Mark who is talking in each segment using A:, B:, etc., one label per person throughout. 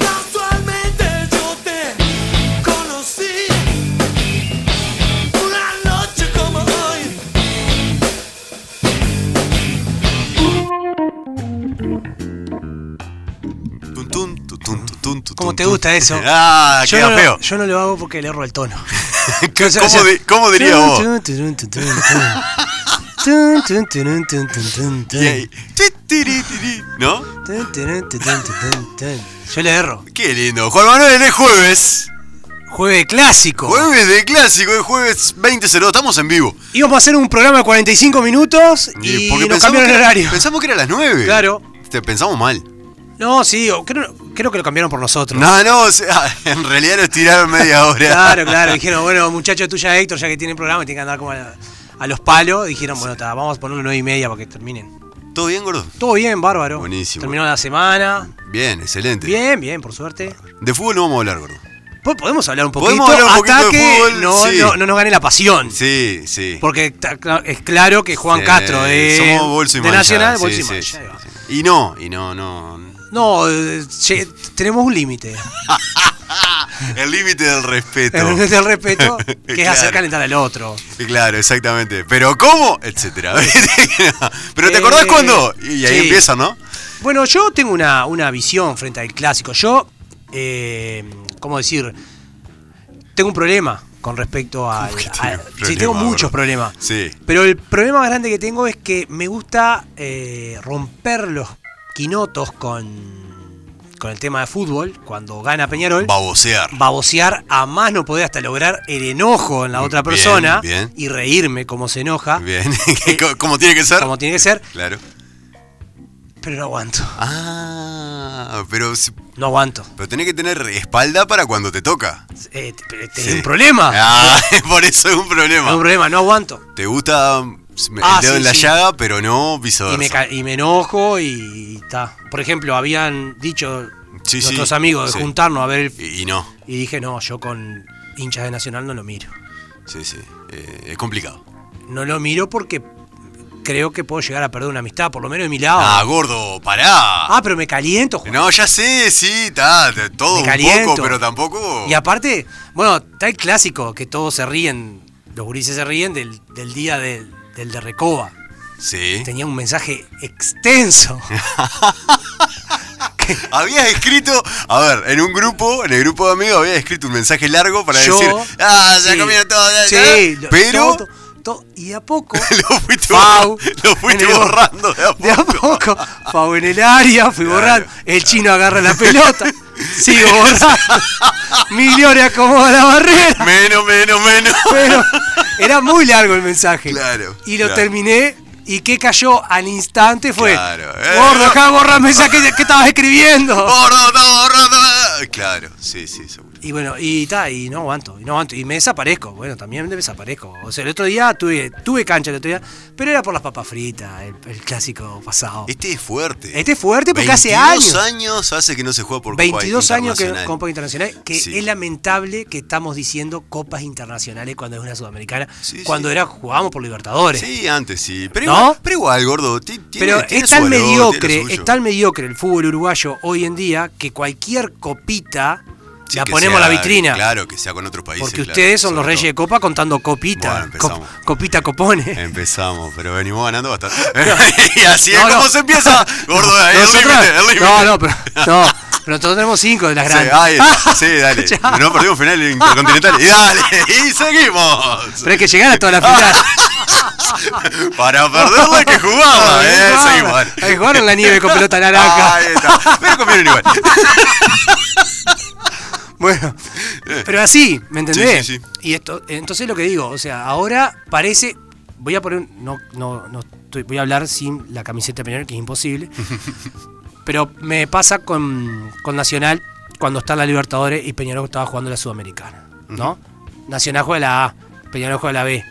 A: Casualmente yo te conocí una noche como hoy.
B: Como te gusta eso.
C: Ah,
B: yo,
C: queda
B: no
C: feo.
B: Lo, yo no lo hago porque le erro el tono.
C: ¿Cómo,
B: O sea, o sea,
C: di- cómo dirías vos?
B: Tun, tun, tun, tun, tun. Tun, tun, tun, tun, tun, tun, tun.
C: Y ahí, ti, ti, ri, ti, ri, ¿No?
B: Tun, tun, tun, tun, tun, tun. Yo le erro.
C: Qué lindo. Juan Manuel, es jueves.
B: Jueves clásico.
C: Jueves de clásico, es jueves 20.02. Estamos en vivo. Eh,
B: Íbamos a hacer un programa de 45 minutos y, nos cambiaron
C: que,
B: el horario.
C: pensamos que era a las 9.
B: Claro.
C: Te pensamos mal.
B: No, sí, o- creo, creo que lo cambiaron por nosotros.
C: No, no, o sea, en realidad lo estiraron media hora.
B: Claro, claro. Dijeron, bueno, muchachos tuya Héctor, ya que tiene programa, tiene que andar como a, a los palos. Dijeron, bueno, ta, vamos a ponerlo 9 y media para que terminen.
C: ¿Todo bien, gordo?
B: Todo bien, bárbaro.
C: Buenísimo.
B: Terminó la semana.
C: Bien, excelente.
B: Bien, bien, por suerte.
C: De fútbol no vamos a hablar, gordo.
B: Po- Podemos hablar un poquito
C: Podemos hablar un poquito
B: hasta
C: de
B: que
C: fútbol,
B: no,
C: sí.
B: no- no nos gane la pasión.
C: Sí, sí.
B: Porque ta- cla- es claro que Juan
C: Sí,
B: Castro de,
C: Somos bolso y
B: de
C: mancha,
B: Nacional,
C: sí,
B: bolso y
C: sí,
B: mancha,
C: sí,
B: ahí va.
C: sí. Y no, y no, no.
B: No, eh, che, tenemos un límite. eh,
C: El límite del respeto.
B: El el respeto, que es hacer
C: Claro.
B: calentar al otro.
C: Claro, exactamente. Pero ¿cómo? Etcétera. Pero ¿te
B: Eh,
C: acordás cuando? Y ahí
B: sí.
C: empieza, ¿no?
B: Bueno, yo tengo una, una visión frente al clásico. Yo, eh, ¿cómo decir? Tengo un problema con respecto al...
C: que tiene un
B: al- sí,
C: problema,
B: tengo
C: bro?
B: muchos problemas.
C: Sí.
B: Pero el problema más grande que tengo es que me gusta eh, romper los quinotos con, con el tema de fútbol, cuando gana Peñarol,
C: Babosear.
B: babosear a más no poder hasta lograr el enojo en la otra
C: Bien,
B: persona
C: bien.
B: y reírme como se enoja,
C: Bien. Co- ¿Cómo tiene que ser?
B: Ah. Eh, como tiene que ser,
C: Claro.
B: pero no aguanto,
C: Ah, pero, si-
B: no aguanto.
C: pero tenés que tener espalda para cuando te toca.
B: Eh, te- pero te-
C: Sí.
B: Es un problema.
C: Ah, por eso es un
B: Es un
C: problema.
B: problema, no aguanto.
C: Te gusta mm, el
B: Ah,
C: dedo
B: sí,
C: en la
B: sí.
C: llaga, pero no viso
B: Y me, ca- y me enojo y está. Por ejemplo, habían dicho
C: Sí, sí,
B: nuestros amigos de
C: sí.
B: juntarnos a ver el...
C: Y, y no.
B: Y dije, no, yo con hinchas de Nacional no lo miro.
C: Sí, sí. Eh, es complicado.
B: No lo miro porque creo que puedo llegar a perder una amistad, por lo menos de mi lado.
C: Ah,
B: Ah,
C: gordo, pará.
B: pero me caliento, Juan.
C: No, ya sé, sí, está, de- todo
B: Me
C: un
B: caliento.
C: poco, pero tampoco.
B: Y aparte, bueno, está el clásico que todos se ríen, los gurises se ríen del, del día del, del de Recoba.
C: Sí.
B: Tenía un mensaje extenso.
C: Habías escrito, a ver, en un grupo, en el grupo de amigos, habías escrito un mensaje largo para
B: Yo-
C: decir, ah, ya
B: sí.
C: comieron todo, ya,
B: Sí,
C: ya".
B: lo-
C: pero
B: todo- todo- y de a poco.
C: lo fuiste,
B: Fau,
C: borra- lo fuiste
B: en el-
C: borrando de a poco.
B: De a poco. Pau en el área, fui borrando. El chino agarra la pelota. sigo borrando. Migliore acomoda la barrera.
C: Menos, menos, menos.
B: Pero era muy largo el mensaje.
C: Claro,
B: Y lo
C: claro.
B: terminé. ¿Y qué cayó al instante? Fue.
C: Claro, eh.
B: Gordo, acá borra el mensaje que, que estabas escribiendo.
C: Borra todo, borra todo. Claro, sí, sí, seguro.
B: Y bueno, y ta, y no aguanto, y no aguanto, y me desaparezco, bueno, también me desaparezco. O sea, el otro día tuve, tuve cancha el otro día, pero era por las papas fritas, el, el clásico pasado.
C: Este es fuerte.
B: Este es fuerte porque hace años.
C: 22 años hace que no se juega por Copa
B: 22 años que
C: Internacional.
B: Copa Internacional, que
C: Sí.
B: es lamentable que estamos diciendo copas internacionales cuando es una sudamericana,
C: Sí,
B: cuando
C: sí.
B: era jugábamos por Libertadores.
C: Sí, antes sí. Pero,
B: ¿No?
C: igual, pero igual, gordo. ti- tiene-
B: Pero
C: tiene
B: es
C: su
B: tan
C: valor, tiene lo
B: mediocre,
C: suyo.
B: es tan mediocre el fútbol uruguayo hoy en día que cualquier copita
C: Sí,
B: la
C: que
B: ponemos en la
C: sea-
B: vitrina.
C: Claro, que sea con otros países.
B: Porque
C: claro,
B: ustedes son los
C: sobre
B: reyes de copa contando copita,
C: Bueno, empezamos. Em,
B: cop- copita copone.
C: todo. Empezamos, pero venimos ganando bastante. y así es
B: No, no.
C: como se empieza, gordo. ahí el
B: Nosotros-
C: límite, el límite.
B: no, no, pero, no, pero nosotros tenemos cinco de las
C: Sí,
B: grandes.
C: ahí está. sí, dale. No perdimos final intercontinental. Y dale, y seguimos.
B: pero hay que llegar a toda la final.
C: Para perder la que
B: Ah,
C: jugaba, eh. Seguimos. dale.
B: Hay que jugar en la nieve con pelota naranja.
C: Ahí está. Pero comieron igual.
B: Bueno, pero así, ¿me entendés?
C: Sí, sí,
B: Y esto, entonces lo que digo, o sea, ahora parece, voy a poner, un- no, no, no estoy- voy a hablar sin la camiseta penal, que es imposible, pero me pasa con, con Nacional cuando está la Libertadores y Peñarol estaba jugando la Sudamericana, ¿no? Nacional juega la A, Peñarol juega la B.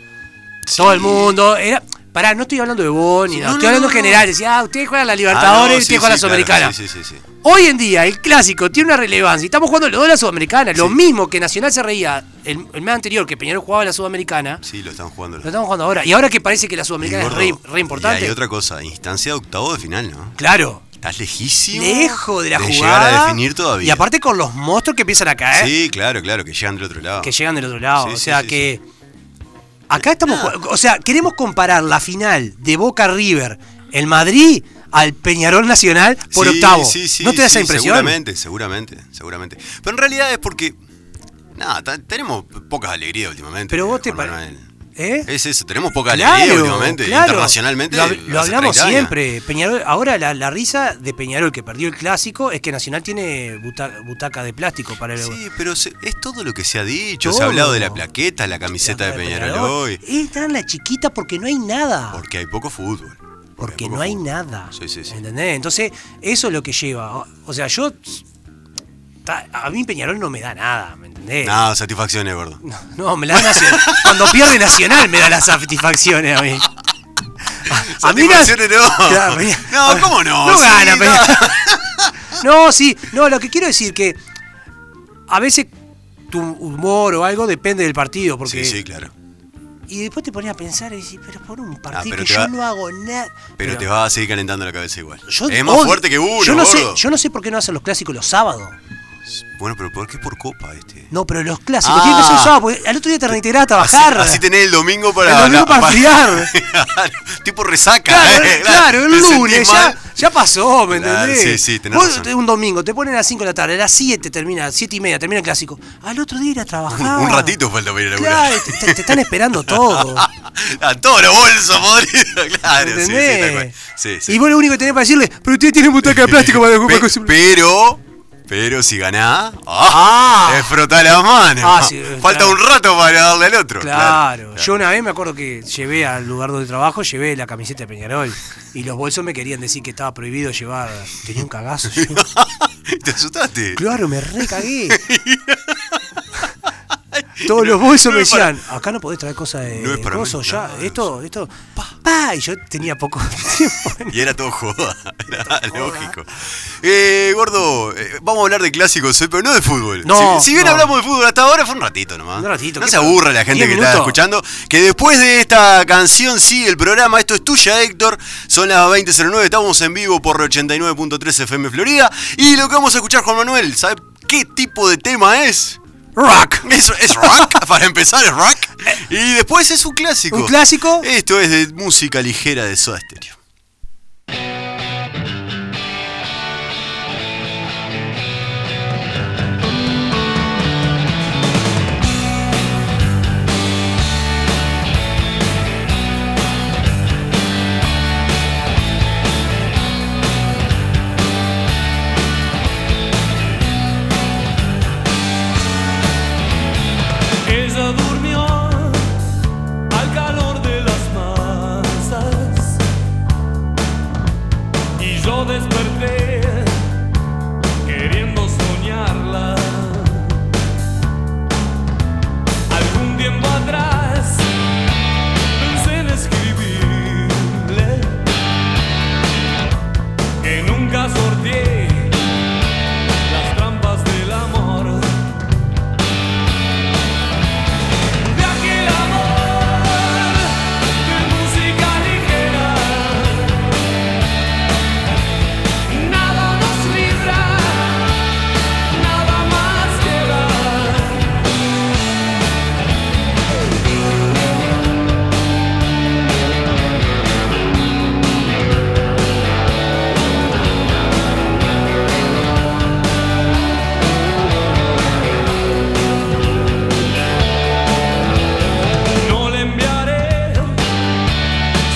B: Todo el mundo, era, Pará, no estoy hablando de vos, ni
C: Sí,
B: nada,
C: no,
B: estoy
C: no,
B: hablando
C: no,
B: en
C: no.
B: general. Decía, ah, ustedes juegan a la Libertadores y
C: Ah, sí,
B: ustedes juegan a la
C: sí, claro,
B: Sudamericana.
C: Sí, sí, sí. sí.
B: Hoy en día el clásico tiene una relevancia. y Estamos jugando los dos de la Sudamericana. Lo
C: Sí.
B: mismo que Nacional se reía el, el mes anterior que Peñarol jugaba la Sudamericana.
C: Sí, lo están jugando. los-
B: Lo estamos jugando ahora. Y ahora que parece que la
C: Y,
B: Sudamericana
C: gordo,
B: es re, re
C: Y
B: importante.
C: hay otra cosa, instancia de octavo de final, ¿no?
B: Claro.
C: Estás lejísimo.
B: Lejos de la jugada.
C: llegar a definir todavía.
B: Y aparte con los monstruos que empiezan a caer,
C: Sí, claro, claro, que llegan del otro lado.
B: que llegan del otro lado.
C: Sí,
B: o
C: sí,
B: sea
C: sí,
B: que. Acá estamos. jugando- O sea, queremos comparar la final de Boca River en Madrid al Peñarol Nacional por
C: Sí,
B: octavo.
C: sí, sí,
B: ¿No te da esa
C: sí,
B: impresión?
C: Seguramente, seguramente, seguramente. Pero en realidad es porque. Nada, ta- tenemos pocas alegrías últimamente.
B: Pero vos te
C: Juan
B: pare-
C: Manuel.
B: ¿Eh?
C: Es eso, tenemos poca alegría
B: Claro,
C: últimamente.
B: claro.
C: Internacionalmente.
B: Lo, hab-
C: hace
B: lo hablamos
C: 30 años.
B: siempre. Peñarol, ahora la, la risa de Peñarol que perdió el clásico es que Nacional tiene buta- butaca de plástico para el.
C: Sí, pero se- es todo lo que se ha dicho. Se
B: Todo.
C: ha hablado de la plaqueta, la camiseta de Peñarol, hoy.
B: Entran la chiquita porque no hay nada.
C: Porque hay poco fútbol.
B: porque
C: poco
B: no hay
C: fútbol.
B: nada.
C: Sí, sí, sí.
B: ¿Entendés? Entonces, eso es lo que lleva. O- O sea, yo. ta- A mí Peñarol no me da nada, ¿me entendés?
C: Nada, satisfacciones, gordo.
B: No, no, me la da Nacional. Cuando pierde Nacional me da las satisfacciones a mí. A, a mí na-
C: Satisfacciones no.
B: Claro, a mí-
C: No, ¿cómo no?
B: No
C: Sí,
B: gana,
C: no.
B: Peñarol. No, sí. No, lo que quiero decir que a veces tu humor o algo depende del partido. Porque,
C: Sí, sí, claro.
B: Y después te pones a pensar y decís, pero por un partido
C: pero
B: que
C: te
B: yo
C: va-
B: no hago nada.
C: Pero, te va a seguir calentando la cabeza igual.
B: yo
C: es más
B: odio-
C: fuerte que uno,
B: yo no, sé,
C: gordo.
B: yo no sé por qué no hacen los clásicos los sábados.
C: Bueno, pero ¿por qué por copa este?
B: No, pero los clásicos.
C: Ah.
B: Tienen que ser los sábados, porque al otro día te reintegrás a trabajar.
C: Así, así tenés el domingo para.
B: El domingo para friar.
C: tipo resaca.
B: Claro,
C: eh,
B: claro,
C: Te
B: el
C: sentís
B: lunes ya,
C: mal.
B: ya pasó, ¿me
C: Claro,
B: entendés?
C: sí, sí, tenés
B: Vos
C: razón.
B: te- un domingo te ponen a las 5 de la tarde, a las 7 termina, 7 y media termina el clásico. Al otro día ir a trabajar.
C: Un, un ratito falta para ir a laburar.
B: Ah. Claro, este- te, te- te están esperando todo.
C: a todos los bolsos podridos, claro. Sí, sí, tal cual.
B: ¿Entendés?
C: Sí, sí.
B: Y vos lo único que tenés para decirle, pero ustedes tienen butaca de plástico para
C: Pe-
B: para consumir".
C: pero, pero si ganás,
B: Ah.
C: ah, te frotás las manos.
B: Ah, sí,
C: Falta
B: claro.
C: un rato para darle al otro.
B: Claro, yo una vez me acuerdo que llevé al lugar donde trabajo, llevé la camiseta de Peñarol y los bolsos me querían decir que estaba prohibido llevar. Tenía un cagazo. yo.
C: ¿Te asustaste?
B: Claro, me recagué. Todos los bolsos me
C: es para-
B: decían, acá no podés traer cosas de
C: No es para mí,
B: coso, ya,
C: claro.
B: esto, esto, pa, pa", y yo tenía poco tiempo.
C: Y era todo joda, era lógico. Eh, gordo, eh, vamos a hablar de clásicos hoy, pero no de fútbol.
B: No,
C: si, si bien
B: no.
C: hablamos de fútbol hasta ahora, fue un ratito nomás.
B: Un ratito,
C: no
B: ¿qué
C: se
B: tal?
C: aburra la gente
B: ¿Diez
C: que está
B: minutos?
C: escuchando. Que después de esta canción sigue el programa. Esto es tuya, Héctor. Son las 20.09, estamos en vivo por 89.3 FM Florida. Y lo que vamos a escuchar, Juan Manuel, ¿sabes qué tipo de tema es?
B: Rock. Eh.
C: Es, es rock, para empezar es rock. Y después es un clásico.
B: ¿Un clásico?
C: Esto es de música ligera de Soda Stereo.
A: Ella durmió al calor de las masas y yo desperté queriendo soñarla. Algún tiempo atrás pensé en escribirle que nunca sorteé las trampas del amor. De aquel amor de música ligera, nada nos libra, nada más queda. No le enviaré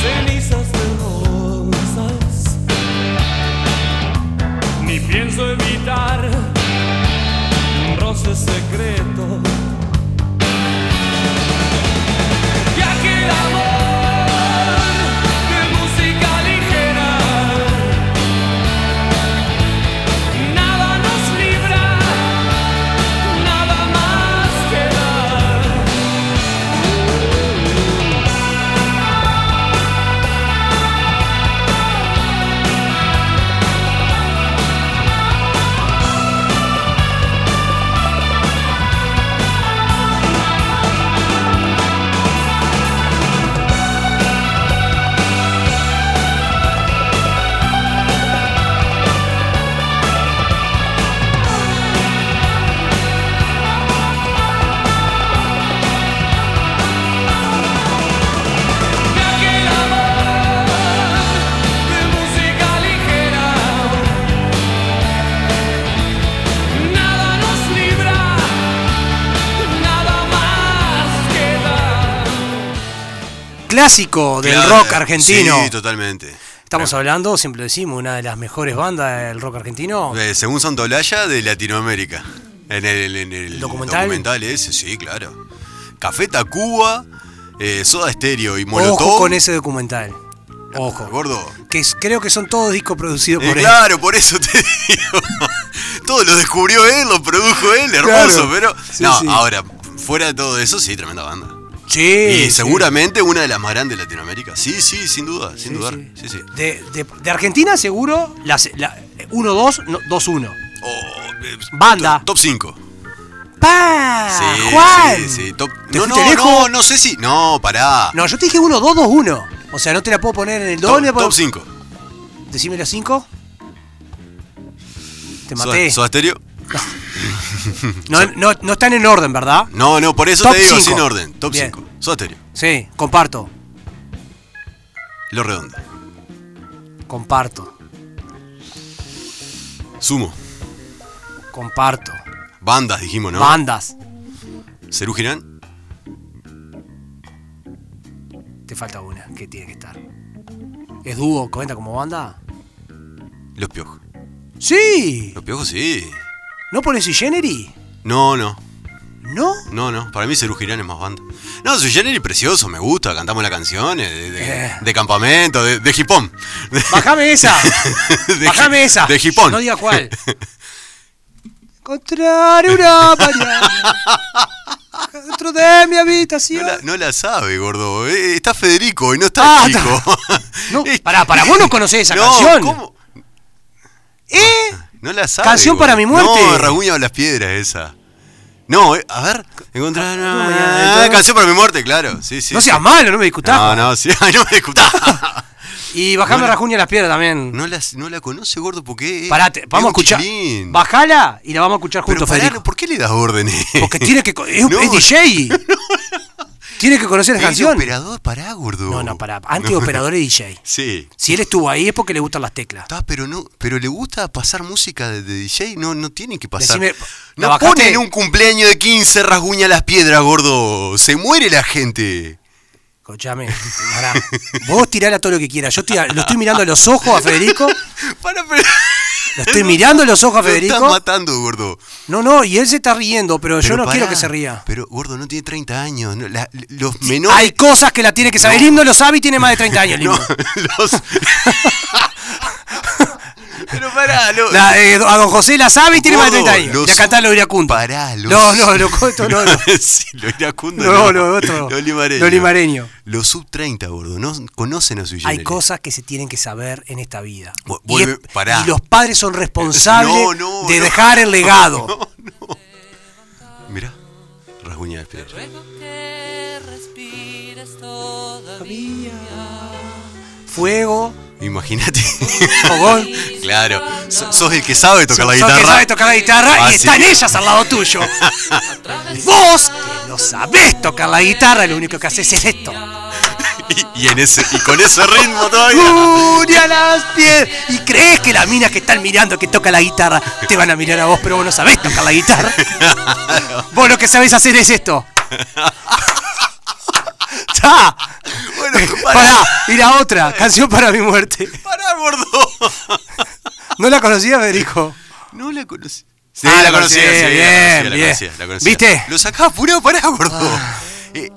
A: cenizas de rosas, ni pienso evitar un roce secreto. Y aquel amor de música ligera, nada nos libra, nada más queda.
B: clásico del
C: Claro,
B: rock argentino.
C: Sí, totalmente.
B: Estamos hablando, siempre decimos, una de las mejores bandas del rock argentino.
C: Eh, según Santolaya, de Latinoamérica. En el, en el
B: ¿Documental?
C: ese, sí, claro. Café Tacuba, eh, Soda Estéreo y Molotov.
B: Ojo con ese documental. Ojo.
C: Gordo.
B: Que es- creo que son todos discos producidos
C: Eh,
B: por él.
C: claro, por eso te digo. Todo lo descubrió él, lo produjo él, hermoso,
B: Claro.
C: pero.
B: Sí,
C: no,
B: sí.
C: ahora, fuera de todo eso, sí, tremenda banda.
B: Sí,
C: y
B: sí.
C: seguramente una de las más grandes de Latinoamérica. Sí, sí, sin duda, sin
B: Sí,
C: dudar.
B: sí.
C: Sí, sí.
B: De, de- de Argentina, seguro, las- la, 1-2, no, 2-1.
C: Oh, eh,
B: Banda.
C: Top 5.
B: ¡Pa!
C: Sí,
B: Ah, ¡Juan!
C: sí, sí, top-
B: ¿Te
C: No,
B: fuiste
C: no,
B: lejos?
C: no, no sé si. No, pará.
B: No, yo te dije 1-2-2-1. O sea, no te la puedo poner en el
C: top,
B: doble.
C: top
B: porque-
C: 5.
B: Decime los 5. Te maté.
C: Soda, Soda Stereo.
B: no, no, no están en orden, ¿verdad?
C: No, no, por eso
B: Top
C: te digo
B: cinco.
C: sin orden. Top
B: Bien.
C: 5. Soda Stereo.
B: Sí, comparto.
C: Lo redondo.
B: Comparto.
C: Sumo.
B: Comparto.
C: Bandas, dijimos, ¿no?
B: Bandas.
C: Cerú Girán.
B: Te falta una que tiene que estar. ¿Es dúo? ¿Cuenta como banda?
C: Los Piojos.
B: ¡Sí!
C: Los Piojos, sí.
B: ¿No pones su Generi?
C: No, no.
B: ¿No?
C: No, no, para mí Cerú Girán es más banda. No, su género es precioso, me gusta, cantamos las canciones de, de-
B: Eh.
C: de campamento, de, de hipón.
B: ¡Bajame esa!
C: De-
B: ¡Bajame esa!
C: De hipón.
B: No diga cuál. Encontrar una mañana dentro de mi habitación.
C: No la, no la sabe, gordo. Eh, Está Federico y no está
B: Ah,
C: Chico.
B: No,
C: Eh,
B: pará, pará, vos no conocés esa
C: no,
B: canción.
C: ¿cómo?
B: ¿Eh?
C: No la sabe.
B: Canción
C: gordo.
B: para mi muerte.
C: No, Raguña o las piedras esa. No, eh, a ver. Encontrar una
B: mañana.
C: Ah, canción para mi muerte, claro. Sí, Ah, sí.
B: No seas malo, no me discutás.
C: No, no, sí. Ay, no me discutás.
B: Y bajame
C: No, no.
B: Rajuña las piedras también.
C: No la, no la conoce, gordo, porque. es-
B: Parate,
C: es
B: vamos a
C: un
B: escuchar.
C: chilín.
B: Bajala y la vamos a escuchar
C: Pero
B: juntos,
C: pará,
B: Federico.
C: ¿por qué le das órdenes?
B: Porque tiene que. co- Es,
C: No.
B: es DJ. Tiene que conocer la
C: El
B: canción.
C: operador, pará, gordo.
B: No, no, pará. Antes operador es DJ.
C: Sí.
B: Si él estuvo ahí es porque le gustan las teclas.
C: Está, pero no, pero le gusta pasar música de, de DJ, no, no tiene que pasar.
B: Decime,
C: no
B: ¿la bajaste?
C: pone en un cumpleaños de 15 rasguña las piedras, gordo. Se muere la gente.
B: Escuchame, pará. Vos tirala todo lo que quieras. Yo estoy a- lo estoy mirando a los ojos a Federico.
C: Para, pero-
B: Lo estoy mirando a los ojos a
C: Lo estás
B: Federico.
C: matando, gordo.
B: No, no, y él se está riendo, pero, yo
C: Pero
B: no
C: pará.
B: quiero que se ría.
C: Pero, gordo, no tiene 30 años. no, la- los menores.
B: Hay cosas que la tiene que saber.
C: No.
B: El himno lo sabe y tiene más de 30 años el
C: no,
B: himno.
C: los. pero pará, lo-
B: La, eh, a don José la sabe y tiene más de
C: Gordo,
B: 30 años.
C: los-
B: Y a cantar lo iracundo.
C: Pará, los-
B: No, no, lo esto no, no.
C: Sí, lo iracundo.
B: No, lo otro.
C: Lo limareño.
B: Lo limareño.
C: Los sub 30, gordo. No conocen a su
B: Hay cosas que se tienen que saber en esta vida.
C: Vo-
B: Y, es-
C: vuelve- pará.
B: y los padres son responsables
C: No, no,
B: de
C: no.
B: dejar el legado.
C: Mirá, rasguña de piedra.
D: Ruego que respires todavía.
B: Fuego,
C: Imagínate.
B: fogón.
C: claro. so- sos el que sabe tocar la
B: Sos
C: guitarra.
B: que sabe tocar la guitarra
C: Ah,
B: y
C: sí.
B: están ellas al lado tuyo. Vos, que no sabés tocar la guitarra, lo único que haces es esto.
C: Y, y en ese, y con ese ritmo todavía.
B: Une a las pies. Y crees que las minas que están mirando que toca la guitarra te van a mirar a vos, pero vos no sabés tocar la guitarra. Vos lo que sabés hacer es esto. Ta.
C: Bueno,
B: Pará, y la otra, canción para mi muerte.
C: Pará, gordo.
B: ¿No la conocía, Federico?
C: No la conocí. Sí,
B: Ah,
C: la
B: la
C: conocía, sí,
B: conocía,
C: la conocía,
B: bien,
C: la
B: bien.
C: conocía, la conocía.
B: ¿Viste? Ah.
C: Lo sacaba apurado, pará, gordo. Eh,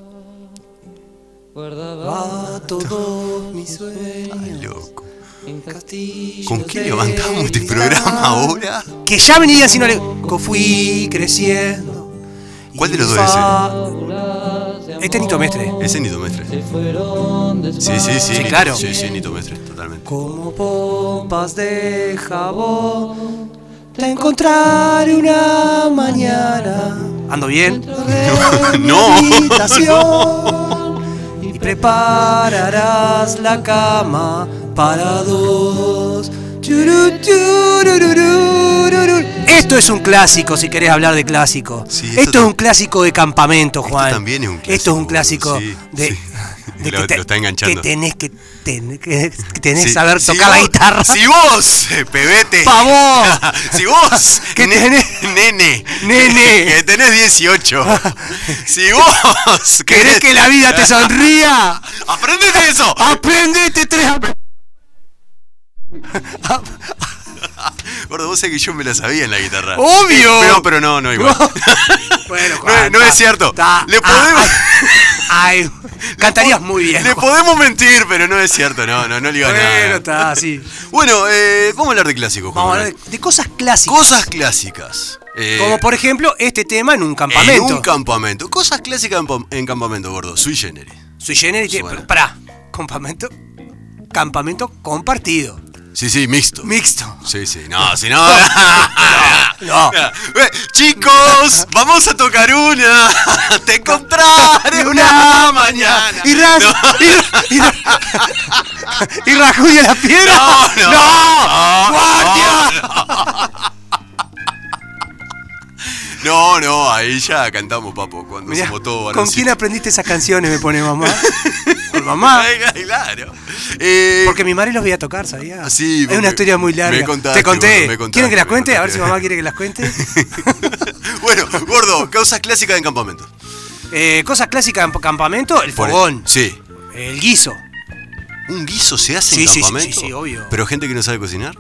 C: ay, Ah, loco. ¿Con qué levantamos este programa ahora?
B: Que ya venía si no le. Co- Fui creciendo.
C: ¿Cuál de los dos
B: es Este es Nito Mestre.
C: Ese es Nito Mestre. Sí, sí, sí.
B: Sí,
C: Nito-
B: claro.
C: Sí, sí, Nito Mestre, totalmente.
B: Como pompas de jabón, te encontraré una mañana. Ando bien.
C: No, no.
B: Y prepararás la cama para dos. Churu, chururururururu. Esto es un clásico, si querés hablar de clásico.
C: Sí, esto
B: esto es
C: tam-
B: un clásico de campamento, Juan.
C: también es un
B: Esto es un
C: clásico,
B: clásico
C: sí,
B: de,
C: sí.
B: de
C: Lo- lo está enganchando.
B: que tenés que, ten- que tenés que
C: Sí,
B: saber
C: si
B: tocar la
C: vos-
B: guitarra.
C: Si vos, eh, pebete.
B: ¡Pa vos!
C: si vos,
B: Que
C: ne-
B: tenés-
C: nene,
B: Nene.
C: que tenés 18. si vos
B: ¿Querés que la vida te sonría?
C: ¡Aprendete eso!
B: Ah. ¡Aprendete tres! ap-
C: Gordo, vos sabés que yo me la sabía en la guitarra.
B: ¡Obvio!
C: Pero, pero no, no igual.
B: Bueno,
C: No es- no es cierto. Le podemos-
B: Ah, Ay, cantarías muy bien.
C: Le
B: Juan.
C: podemos mentir, pero no es cierto, no, no, no le iba
B: Bueno,
C: nada.
B: está, sí.
C: Bueno, eh, ¿cómo hablar de clásicos, Juan
B: Vamos a hablar
C: Manuel?
B: de, de cosas clásicas.
C: Cosas clásicas. Eh,
B: Como por ejemplo este tema en un
C: en
B: campamento.
C: un campamento. Cosas clásicas en, pam- en campamento, gordo. Sui generis.
B: Sui generis tiene-
C: Suena.
B: pero Pará, campamento. Campamento compartido.
C: Sí, sí, mixto.
B: Mixto.
C: sí, sí, no, si no.
B: No.
C: Eh, Chicos, vamos a tocar una. Te compraré una mañana.
B: Y Ras.
C: No.
B: Y, Ra- y, Ra- y Rajuy en la piedra.
C: No, no, no,
B: ¡Guardia!
C: No, no, ahí ya cantamos, papo, cuando
B: Mirá,
C: somos todos
B: ¿Con quién aprendiste esas canciones? Me pone mamá. Con mamá.
C: Claro. Eh,
B: Porque mi madre los veía tocar, ¿sabía?
C: Ah, sí,
B: es
C: me-
B: una historia muy larga.
C: me contaste,
B: Te conté.
C: bueno, me contaste,
B: ¿Quieren que las
C: me
B: cuente? A ver si
C: contaste.
B: mamá quiere que las cuente.
C: bueno, gordo, causas clásicas en campamento.
B: Eh, cosas clásicas en campamento: el
C: Por-
B: fogón,
C: Sí.
B: el guiso.
C: ¿Un guiso se hace
B: Sí,
C: en
B: sí, sí,
C: campamento?
B: sí, sí, obvio.
C: ¿Pero gente que no sabe cocinar?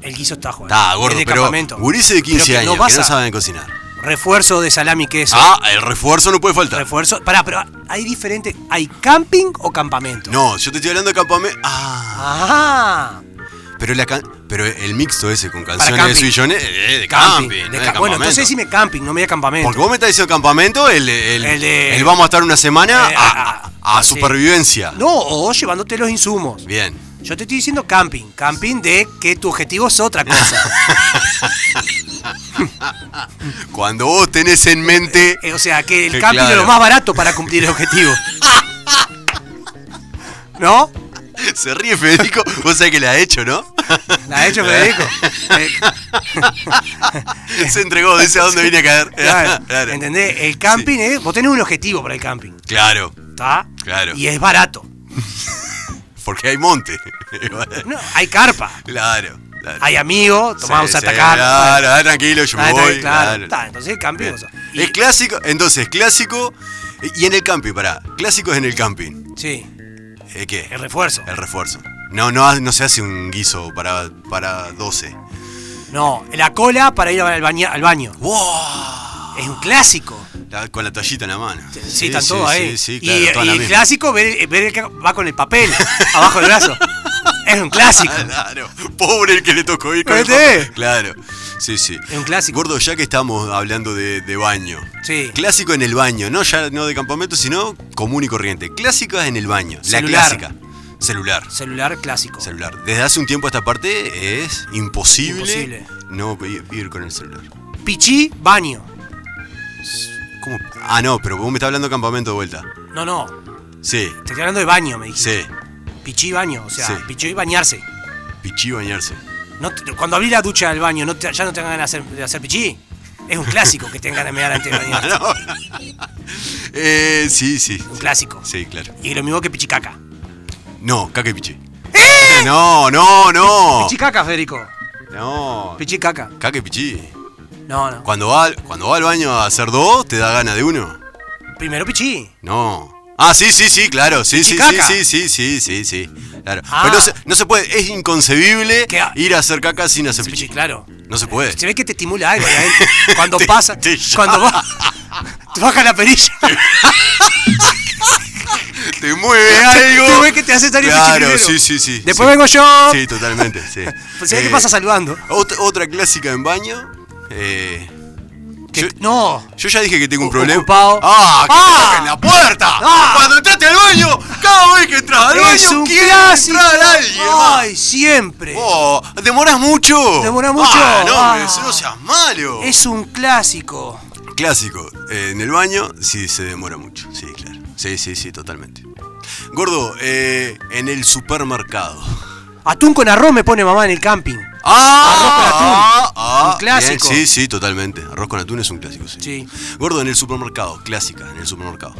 B: El guiso está, Juan.
C: Está, gordo,
B: es de
C: pero
B: campamento.
C: gurises de 15
B: Pero que
C: años
B: No
C: que no
B: pasa.
C: saben cocinar.
B: Refuerzo de salami y queso.
C: Ah, el refuerzo no puede faltar.
B: Refuerzo. Pará, pero hay diferente. ¿Hay camping o campamento?
C: No, yo te estoy hablando de campamento. Ah,
B: Ajá.
C: pero, la can- pero el mixto ese con canciones de
B: camping.
C: Sui Jones, eh, de
B: Camping.
C: camping,
B: de
C: no
B: ca-
C: de campamento.
B: bueno, entonces decime camping, no me diga campamento.
C: Porque vos me estás diciendo campamento, el, el,
B: El de-
C: el vamos a estar una semana
B: Eh,
C: a, a- a
B: sí.
C: supervivencia.
B: No, o llevándote los insumos.
C: Bien.
B: Yo te estoy diciendo camping. Camping de que tu objetivo es otra cosa.
C: Cuando vos tenés en mente.
B: Eh, o sea, que el
C: Que
B: camping es
C: claro.
B: lo más barato para cumplir el objetivo. ¿No? eh.
C: Se ríe Federico, vos sabés que la ha hecho, ¿no?
B: La he hecho, Federico. Eh,
C: Se entregó, dice a dónde vine a caer.
B: claro,
C: Claro.
B: ¿Entendés? El camping es. Vos tenés un objetivo para el camping.
C: Claro,
B: ¿Está?
C: Claro.
B: Y es barato.
C: porque hay monte.
B: No, hay carpa.
C: claro, claro.
B: Hay amigos, tomamos
C: Sí,
B: a
C: sí,
B: atacar.
C: Claro, ah, tranquilo, yo me
B: Está, está,
C: voy.
B: pues. claro,
C: claro.
B: está, entonces el camping,
C: Bien.
B: o sea, y-
C: Es clásico, entonces, clásico. Y en el camping, pará. Clásico es en el camping.
B: Sí,
C: ¿Eh, ¿Qué?
B: el refuerzo.
C: El refuerzo. No, no, no se hace un guiso para, para 12.
B: No, la cola para ir al, baña- al baño.
C: ¡Wow!
B: Es un clásico.
C: La- con la toallita en la mano. Sí,
B: Sí, están todos ahí.
C: Sí, sí,
B: Y-
C: claro,
B: y
C: todas las
B: el
C: mismas.
B: clásico, ver, el- ver el que va con el papel abajo del brazo. Es un clásico.
C: Ah, Claro, pobre el que le tocó ir con el
B: ¿Viste?
C: papel. Claro, sí, sí.
B: este Es un clásico.
C: Gordo, ya que estamos hablando de, de baño.
B: Sí.
C: Clásico en el baño, no ya no de campamento, sino común y corriente. Clásicas en el baño,
B: Celular.
C: la clásica. Celular.
B: Celular clásico.
C: Celular. Desde hace un tiempo a esta parte es imposible,
B: Imposible.
C: no ir ir con el celular.
B: Pichí, baño.
C: ¿Cómo? Ah, no, pero vos me estás hablando de campamento de vuelta.
B: No, no.
C: Sí,
B: Te estoy hablando de baño, me dijiste.
C: sí.
B: Pichí, baño. O sea,
C: Sí.
B: pichí y bañarse.
C: Pichí bañarse.
B: No te- cuando abrí la ducha del baño, no te- ya no te dan ganas de hacer, de hacer pichí. Es un clásico que tengan ganas de mear antes de
C: Ah,
B: bañarse.
C: no. eh, sí, sí.
B: Un clásico.
C: Sí, claro.
B: Y lo mismo que pichicaca.
C: No, caca y pichi.
B: ¿Eh?
C: No, no, no.
B: Pichicaca, Federico.
C: No.
B: Pichicaca.
C: Caca y pichi.
B: No, no.
C: Cuando va, cuando va al baño a hacer dos, te da ganas de uno.
B: Primero pichí.
C: No. Ah, sí, sí, sí, claro. Sí, sí, sí,
B: Pichicaca.
C: sí, sí, sí, sí, sí. Claro.
B: Ah.
C: Pero no se, no se puede, es inconcebible
B: Que a-
C: ir a hacer caca sin hacer
B: Pichí,
C: pichi.
B: claro.
C: No se puede.
B: Se ve que te estimula algo ahí adentro. Cuando
C: Te-
B: pasa.
C: te
B: cuando va. Te baja la perilla.
C: Te mueve algo.
B: Te ve que te hace salir el pichi
C: Claro,
B: primero.
C: sí, sí, sí.
B: Después
C: sí.
B: vengo yo.
C: Sí, totalmente, sí.
B: Pues se ve
C: Eh,
B: que pasa saludando.
C: ot- Otra clásica en baño. Eh,
B: Que-
C: yo-
B: no.
C: Yo ya dije que tengo un
B: O-
C: problema.
B: ocupado.
C: ¡Ah! ¡Que
B: ¡Ah!
C: te toquen la puerta!
B: ¡Ah!
C: Cuando entraste al baño, cada vez que entras al
B: es
C: baño,
B: un
C: quiere
B: clásico.
C: entrar alguien. más.
B: Ay, siempre.
C: Oh, demoras mucho.
B: Demorás mucho.
C: Ah, no,
B: Ah.
C: me- no seas malo.
B: Es un clásico.
C: Clásico. eh, en el baño sí se demora mucho. Sí, claro. Sí, sí, sí, totalmente. Gordo, eh, en el supermercado.
B: Atún con arroz me pone mamá en el camping.
C: Ah,
B: Arroz con atún. Un clásico.
C: bien, sí, sí, totalmente. Arroz con atún es un clásico, sí.
B: Sí.
C: Gordo, en el supermercado, clásica, en el supermercado.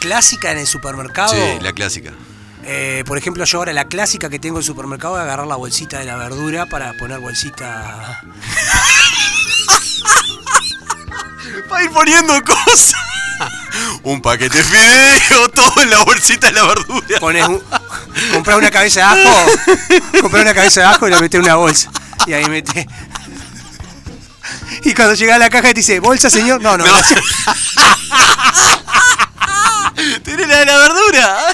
B: Clásica en el supermercado.
C: Sí, la clásica.
B: Eh, por ejemplo, yo ahora la clásica que tengo en el supermercado es agarrar la bolsita de la verdura para poner bolsita.
C: Va a ir poniendo cosas. un paquete de fideo, todo en la bolsita de la verdura.
B: Pones un, compras una cabeza de ajo, compras una cabeza de ajo y la metes en una bolsa. Y ahí metes. Y cuando llega a la caja te dice, ¿bolsa, señor? No, no,
C: No.
B: gracias.
C: Tenés la de la verdura.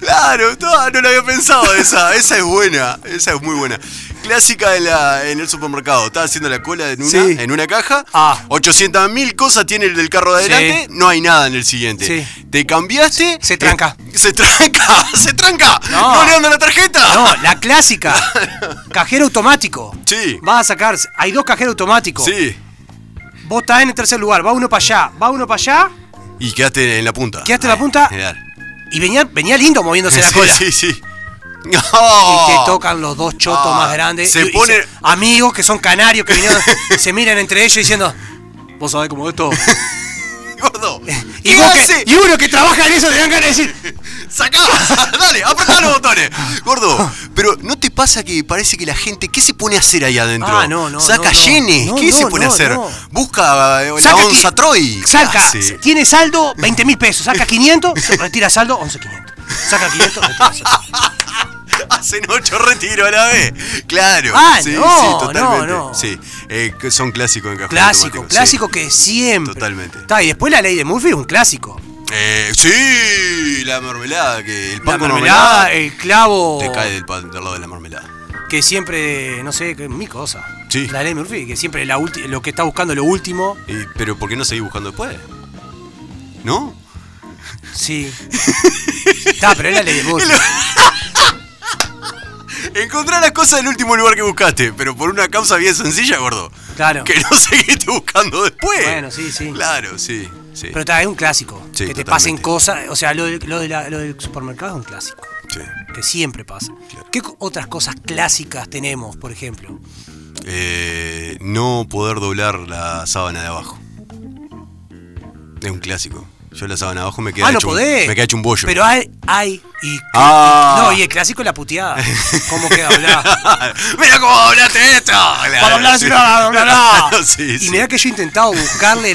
C: Claro, no, no lo había pensado esa. Esa es buena. Esa es muy buena. Clásica en, la, en el supermercado. Estaba haciendo la cola en una,
B: Sí.
C: en una caja.
B: Ah.
C: 800 mil cosas tiene el del carro de
B: Sí.
C: adelante. No hay nada en el siguiente.
B: Sí.
C: Te cambiaste.
B: Se tranca.
C: Eh, se tranca. Se tranca. No,
B: No.
C: le andan la tarjeta.
B: No, la clásica. Cajero automático.
C: Sí.
B: Vas a sacar. Hay dos cajeros automáticos.
C: Sí.
B: Vos estás en el tercer lugar, va uno para allá, va uno para allá
C: Y quedaste en la punta.
B: Quedaste en la punta.
C: Mirá.
B: y venía, venía lindo moviéndose la
C: sí,
B: cola.
C: sí, sí.
B: Y te tocan los dos chotos
C: Ah,
B: más grandes.
C: se
B: y- y
C: pone-
B: amigos que son canarios que vinieron, se miran entre ellos diciendo, vos sabés cómo esto.
C: Gordo.
B: Y,
C: ¿qué
B: vos que-
C: hace?
B: y uno que trabaja en eso te dan ganas de decir,
C: ¡Sacá! ¡Dale! ¡Apretá los botones! Gordo, pero ¿no te pasa que parece que la gente. ¿Qué se pone a hacer ahí adentro?
B: Ah, no, no,
C: ¿Saca
B: no, no.
C: yenes?
B: No,
C: ¿Qué
B: no,
C: se pone a
B: no,
C: hacer?
B: no.
C: Busca eh, la
B: saca qui-
C: onza Troy. ¿Qué
B: Saca,
C: hace?
B: tiene saldo 20 mil pesos, saca 500, retira saldo 11.500. Saca 500, retira saldo.
C: Hacen ocho retiros a la vez. Claro.
B: Ah,
C: sí,
B: no,
C: sí, totalmente.
B: no, no.
C: Sí, eh, que son clásicos en cajón
B: Clásico,
C: automático, sí.
B: clásico que siempre.
C: Totalmente.
B: Está, y después la ley de Murphy es un clásico.
C: Eh, sí, la mermelada, que el pan
B: La
C: con
B: mermelada, eh, el clavo.
C: Te cae del, pan, del lado de la mermelada.
B: que siempre, no sé, que mi cosa.
C: Sí.
B: La ley Murphy, que siempre la ulti- lo que está buscando lo último.
C: Y- pero ¿por qué no seguís buscando después? ¿No?
B: Sí. está, pero es la ley de Murphy.
C: Encontrar las cosas en el último lugar que buscaste, pero por una causa bien sencilla, gordo.
B: Claro.
C: Que no seguiste buscando después.
B: Bueno, sí, sí.
C: Claro, sí. sí,
B: Pero está, es un clásico.
C: Sí,
B: que te
C: totalmente.
B: pasen cosas. O sea, lo, de- lo de la- lo del supermercado es un clásico.
C: sí.
B: Que siempre pasa.
C: Claro.
B: ¿Qué co- otras cosas clásicas tenemos, por ejemplo?
C: Eh, no poder doblar la sábana de abajo. Es un clásico. Yo la sábana de abajo me queda
B: ah, no
C: hecho un-
B: podés.
C: me queda hecho un bollo.
B: Pero hay. hay y,
C: Ah.
B: No, y el clásico es la puteada. ¿Cómo queda hablado?
C: Mira cómo doblaste esto. Claro,
B: Para hablar
C: sí.
B: así, no, no, no, no.
C: sí, sí.
B: Y mirá que yo he intentado buscarle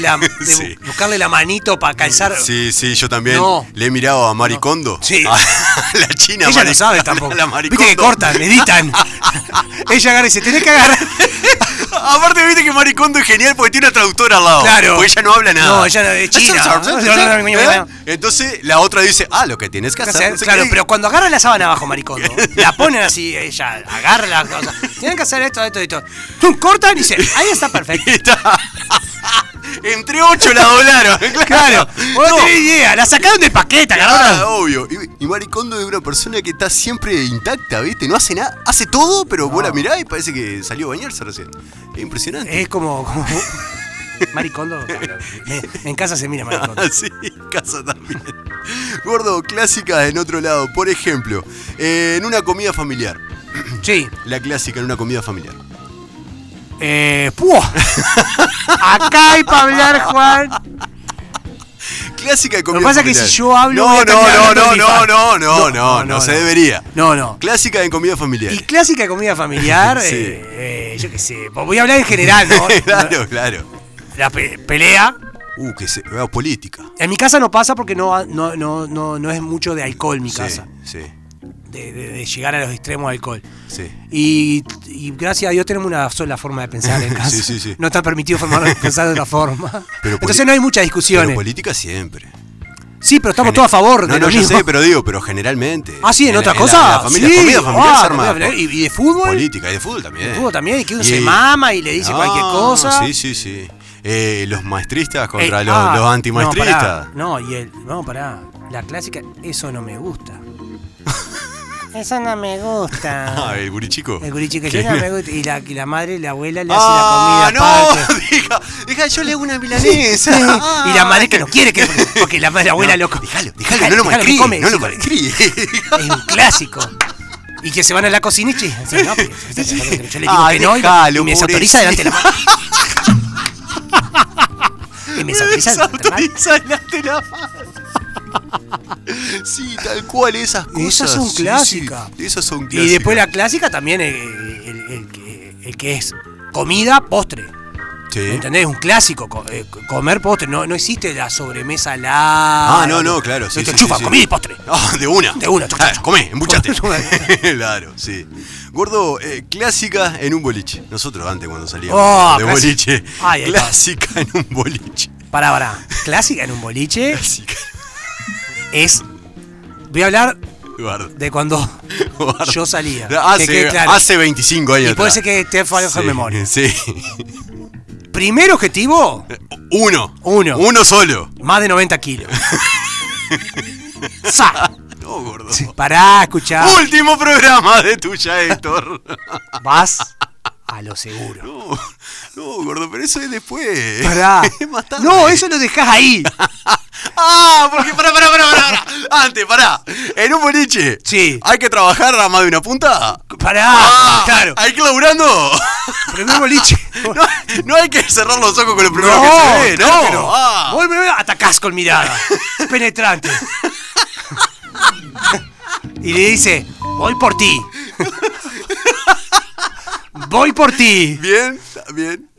B: la, de-
C: Sí.
B: buscarle la manito para calzar.
C: Sí, sí, yo también
B: No.
C: le he mirado a Maricondo.
B: Sí.
C: la china
B: Ella
C: Mari-
B: no sabe tampoco.
C: La Maricondo.
B: Viste que cortan, editan. Ella agarra y dice, tenés que agarrar.
C: Aparte, viste que Maricondo es genial porque tiene una traductora al lado.
B: Claro.
C: Porque ella no habla nada.
B: No, ella no- es china.
C: ¿Eh? Entonces, la otra dice, ah, lo que tienes que hacer. no sé
B: Claro,
C: qué.
B: pero cuando agarra la sábana abajo, maricondo, la ponen así, ella agarra la cosa. Tienen que hacer esto, esto, esto. Tum, cortan y dice, ahí está perfecto.
C: Está- Entre ocho la doblaron.
B: Claro,
C: Claro.
B: vos
C: No.
B: no tenés idea, la sacaron de paqueta,
C: Ah,
B: agarraron.
C: obvio. Y, y Maricondo es una persona que está siempre intacta, ¿viste? No hace nada, hace todo, pero vos la mirás y parece que salió a bañarse recién. Es impresionante.
B: Es como. como- maricondo. claro, me- en casa se mira maricondo.
C: Ah, sí, casa también. Gordo, clásica en otro lado. Por ejemplo, eh, en una comida familiar.
B: Sí.
C: La clásica en una comida familiar.
B: Eh, ¡puah! Acá hay para hablar, Juan.
C: Clásica de comida
B: que pasa es que
C: familiar.
B: si yo hablo, voy
C: No,
B: a
C: no, no,
B: terminar
C: no, no,
B: hablando
C: no, no, no,
B: de
C: no,
B: mi fa-
C: se debería.
B: No, no.
C: Clásica en comida familiar.
B: Y clásica de comida familiar,
C: Sí.
B: eh, eh, yo qué sé. Voy a hablar en general, ¿no?
C: claro, claro.
B: La pe- pelea.
C: Uh, que se vea política.
B: En mi casa no pasa porque no, no, no, no, no es mucho de alcohol mi
C: Sí,
B: casa.
C: Sí,
B: De, de- de llegar a los extremos de alcohol.
C: sí.
B: Y, y gracias a Dios tenemos una sola forma de pensar en casa.
C: Sí, sí, sí.
B: No está permitido formar- pensar de otra forma.
C: Pero poli-
B: Entonces no hay muchas discusiones.
C: Pero política siempre.
B: sí, pero estamos
C: Gene-
B: todos Oh, a favor
C: no,
B: de
C: no,
B: lo
C: yo
B: mismo.
C: sé, pero digo, pero generalmente.
B: Ah, sí, en,
C: la-
B: otras
C: la-
B: cosas.
C: La, familia,
B: sí.
C: comida familiar
B: Ah,
C: se arma.
B: comida familiar. ¿Y, y de fútbol?
C: Política y de fútbol también.
B: De fútbol también, y que uno
C: Y-
B: se mama y le dice cualquier
C: Ah,
B: cosa.
C: Sí, sí, sí. Eh, los maestristas contra
B: Eh,
C: los,
B: ah,
C: los antimaestristas.
B: No, pará. no, y el. No, pará. La clásica, eso no me gusta. eso no me gusta.
C: ah, el gurichico.
B: El gurichi que
C: ¿Qué?
B: yo no me gusta. Y la, y la madre y la abuela le
C: Ah,
B: hace la comida
C: no,
B: aparte.
C: Deja, deja, yo le hago una milanesa. Ah.
B: y la madre que no quiere que. Porque, porque la madre, la abuela loco.
C: Déjalo, déjalo, no lo
B: que
C: malcríe.
B: come,
C: No lo
B: sí,
C: malcríe.
B: Es un clásico. Y que se van a la cocina y che, o sea, no, porque- yo le digo
C: Ah,
B: que no y-
C: déjalo,
B: y me desautoriza delante de la madre. Y me desautoriza delante
C: Desautoriza delante de
B: de la madre.
C: la madre. Sí, tal cual esas cosas.
B: Esas son
C: sí, sí,
B: clásicas.
C: esas son
B: Y
C: clásicas.
B: después la clásica también, eh, el, el que- el que es comida, postre.
C: Sí.
B: ¿Me entendés? Es un clásico. co- eh, co- comer postre. No, no existe la sobremesa la.
C: Ah, no, no, claro, sí, sí,
B: chufa,
C: sí, sí.
B: comí postre.
C: Ah, de una.
B: De una, choc,
C: Ah,
B: choc.
C: Comé, embuchate. claro, sí. Gordo, eh, clásica en un boliche. Nosotros antes cuando salíamos
B: Oh,
C: de
B: clásica.
C: boliche.
B: Ay, ay,
C: clásica en un boliche.
B: Pará, pará. Clásica en un boliche
C: Clásica.
B: es. Voy a hablar
C: Eduardo.
B: de cuando
C: Eduardo.
B: yo salía.
C: Ah, Hace,
B: que quede claro.
C: hace 25 años.
B: y puede
C: atrás.
B: ser que esté fallo
C: Sí,
B: de memoria.
C: Sí.
B: Primer objetivo,
C: Uno.
B: Uno.
C: Uno solo.
B: más de 90 kilos. ¡Sa!
C: No, gordo.
B: Pará, escuchá.
C: Último programa de tuya, Héctor.
B: Vas a lo seguro.
C: No, no, gordo, pero eso es después.
B: Pará.
C: Es más tarde.
B: No, eso lo dejás ahí.
C: Ah, porque pará, pará, pará, pará, pará. Antes, pará. En un boliche.
B: Sí.
C: ¿Hay que trabajar a más de una punta?
B: Pará.
C: Ah,
B: claro.
C: ¿Hay que laburando?
B: Primer boliche.
C: No, no hay que cerrar los ojos con lo primero
B: No,
C: que se ve,
B: claro
C: ¿no?
B: que no.
C: Ah.
B: Vos me atacás con mirada. penetrante. y le dice, voy por ti. voy por ti.
C: Bien, bien.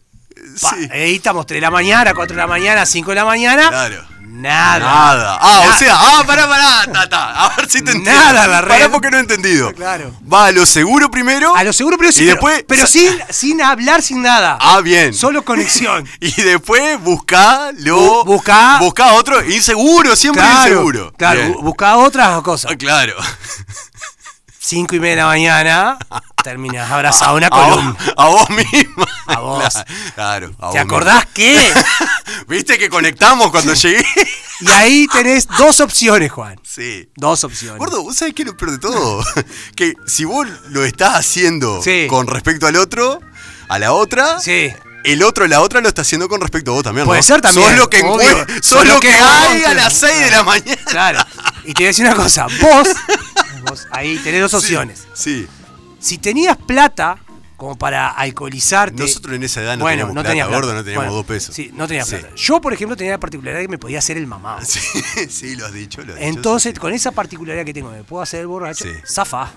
B: Pa- eh.
C: Sí.
B: Ahí estamos 3 de la mañana, 4 de la mañana, 5 de la mañana.
C: Claro.
B: Nada.
C: Nada. Ah, o
B: Nada.
C: sea, ah, pará, pará, ta, ta. A ver si te entiendo.
B: Nada, la
C: Pará
B: red.
C: porque no he entendido.
B: Claro.
C: Va a lo seguro primero.
B: A lo seguro, pero
C: Y
B: sí. pero-
C: después-
B: Pero, sin, sin hablar, sin nada.
C: Ah, bien.
B: Solo conexión.
C: Y después buscá lo.
B: Bu- buscá-
C: Buscá otro. Inseguro, siempre inseguro.
B: Claro,
C: Bien.
B: bu- buscá otras cosas.
C: Ah, claro.
B: Cinco y media de la mañana, terminas abrazado a una
C: A vos,
B: columna.
C: a vos misma.
B: A vos.
C: Claro. a vos
B: ¿Te acordás qué?
C: misma. Viste que conectamos cuando llegué.
B: Y ahí tenés dos opciones, Juan.
C: Sí.
B: Dos opciones.
C: Gordo, ¿vos sabés qué es lo peor de todo? Que si vos lo estás haciendo
B: Sí.
C: con respecto al otro, a la otra,
B: Sí.
C: el otro, la otra lo está haciendo con respecto a vos también. ¿no?
B: Puede ser también,
C: Sos lo que,
B: obvio.
C: encuent- sos lo que hay a
B: encuentres.
C: las 6 de la mañana.
B: Claro. Y te voy a decir una cosa. Vos, vos ahí tenés dos opciones.
C: Sí.
B: Si tenías plata como para alcoholizarte.
C: Nosotros en esa edad no
B: bueno,
C: teníamos
B: no
C: plata,
B: tenías plata.
C: gordo, no teníamos
B: Bueno,
C: dos pesos.
B: Sí, no tenías
C: Sí. Ah,
B: plata. Yo, por ejemplo, tenía la particularidad que me podía hacer el mamá.
C: Sí, sí, lo has dicho, lo has dicho.
B: Entonces, con esa particularidad que tengo, me puedo hacer el borracho,
C: Sí.
B: zafa.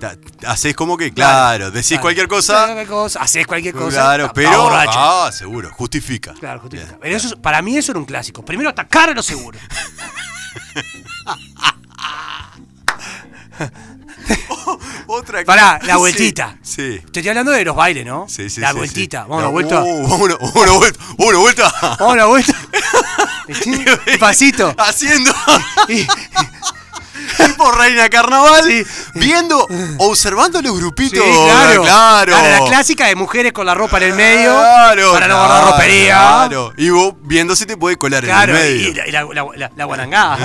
C: Ta- Hacés como que, claro, decís cualquier cosa.
B: Cualquier cosa, haces cualquier cosa.
C: Claro,
B: está-
C: pero.
B: está borracho.
C: Ah, seguro, justifica.
B: Claro, justifica.
C: Bien.
B: Pero eso, es- para mí eso era un clásico. Primero atacar a lo seguro.
C: Otra
B: Pará,
C: cosa.
B: la vueltita.
C: Sí. sí.
B: Te estoy hablando de los bailes, ¿no?
C: Sí, sí,
B: La
C: sí,
B: vueltita.
C: sí.
B: Vamos, a la
C: No,
B: vuelta.
C: uh, vámonos, una vuelta. Una vuelta.
B: Vamos, a la vuelta. Sí, Pasito.
C: Haciendo.
B: Y-
C: tipo Reina Carnaval. Viendo, observando los
B: Sí,
C: grupitos.
B: claro.
C: Claro.
B: La clásica de mujeres con la ropa en el medio.
C: Claro,
B: Para no
C: claro,
B: guardar ropería. Claro.
C: Claro. Y vos viendo si te puede colar en el medio.
B: Y la, y la- la- la- la guarangada.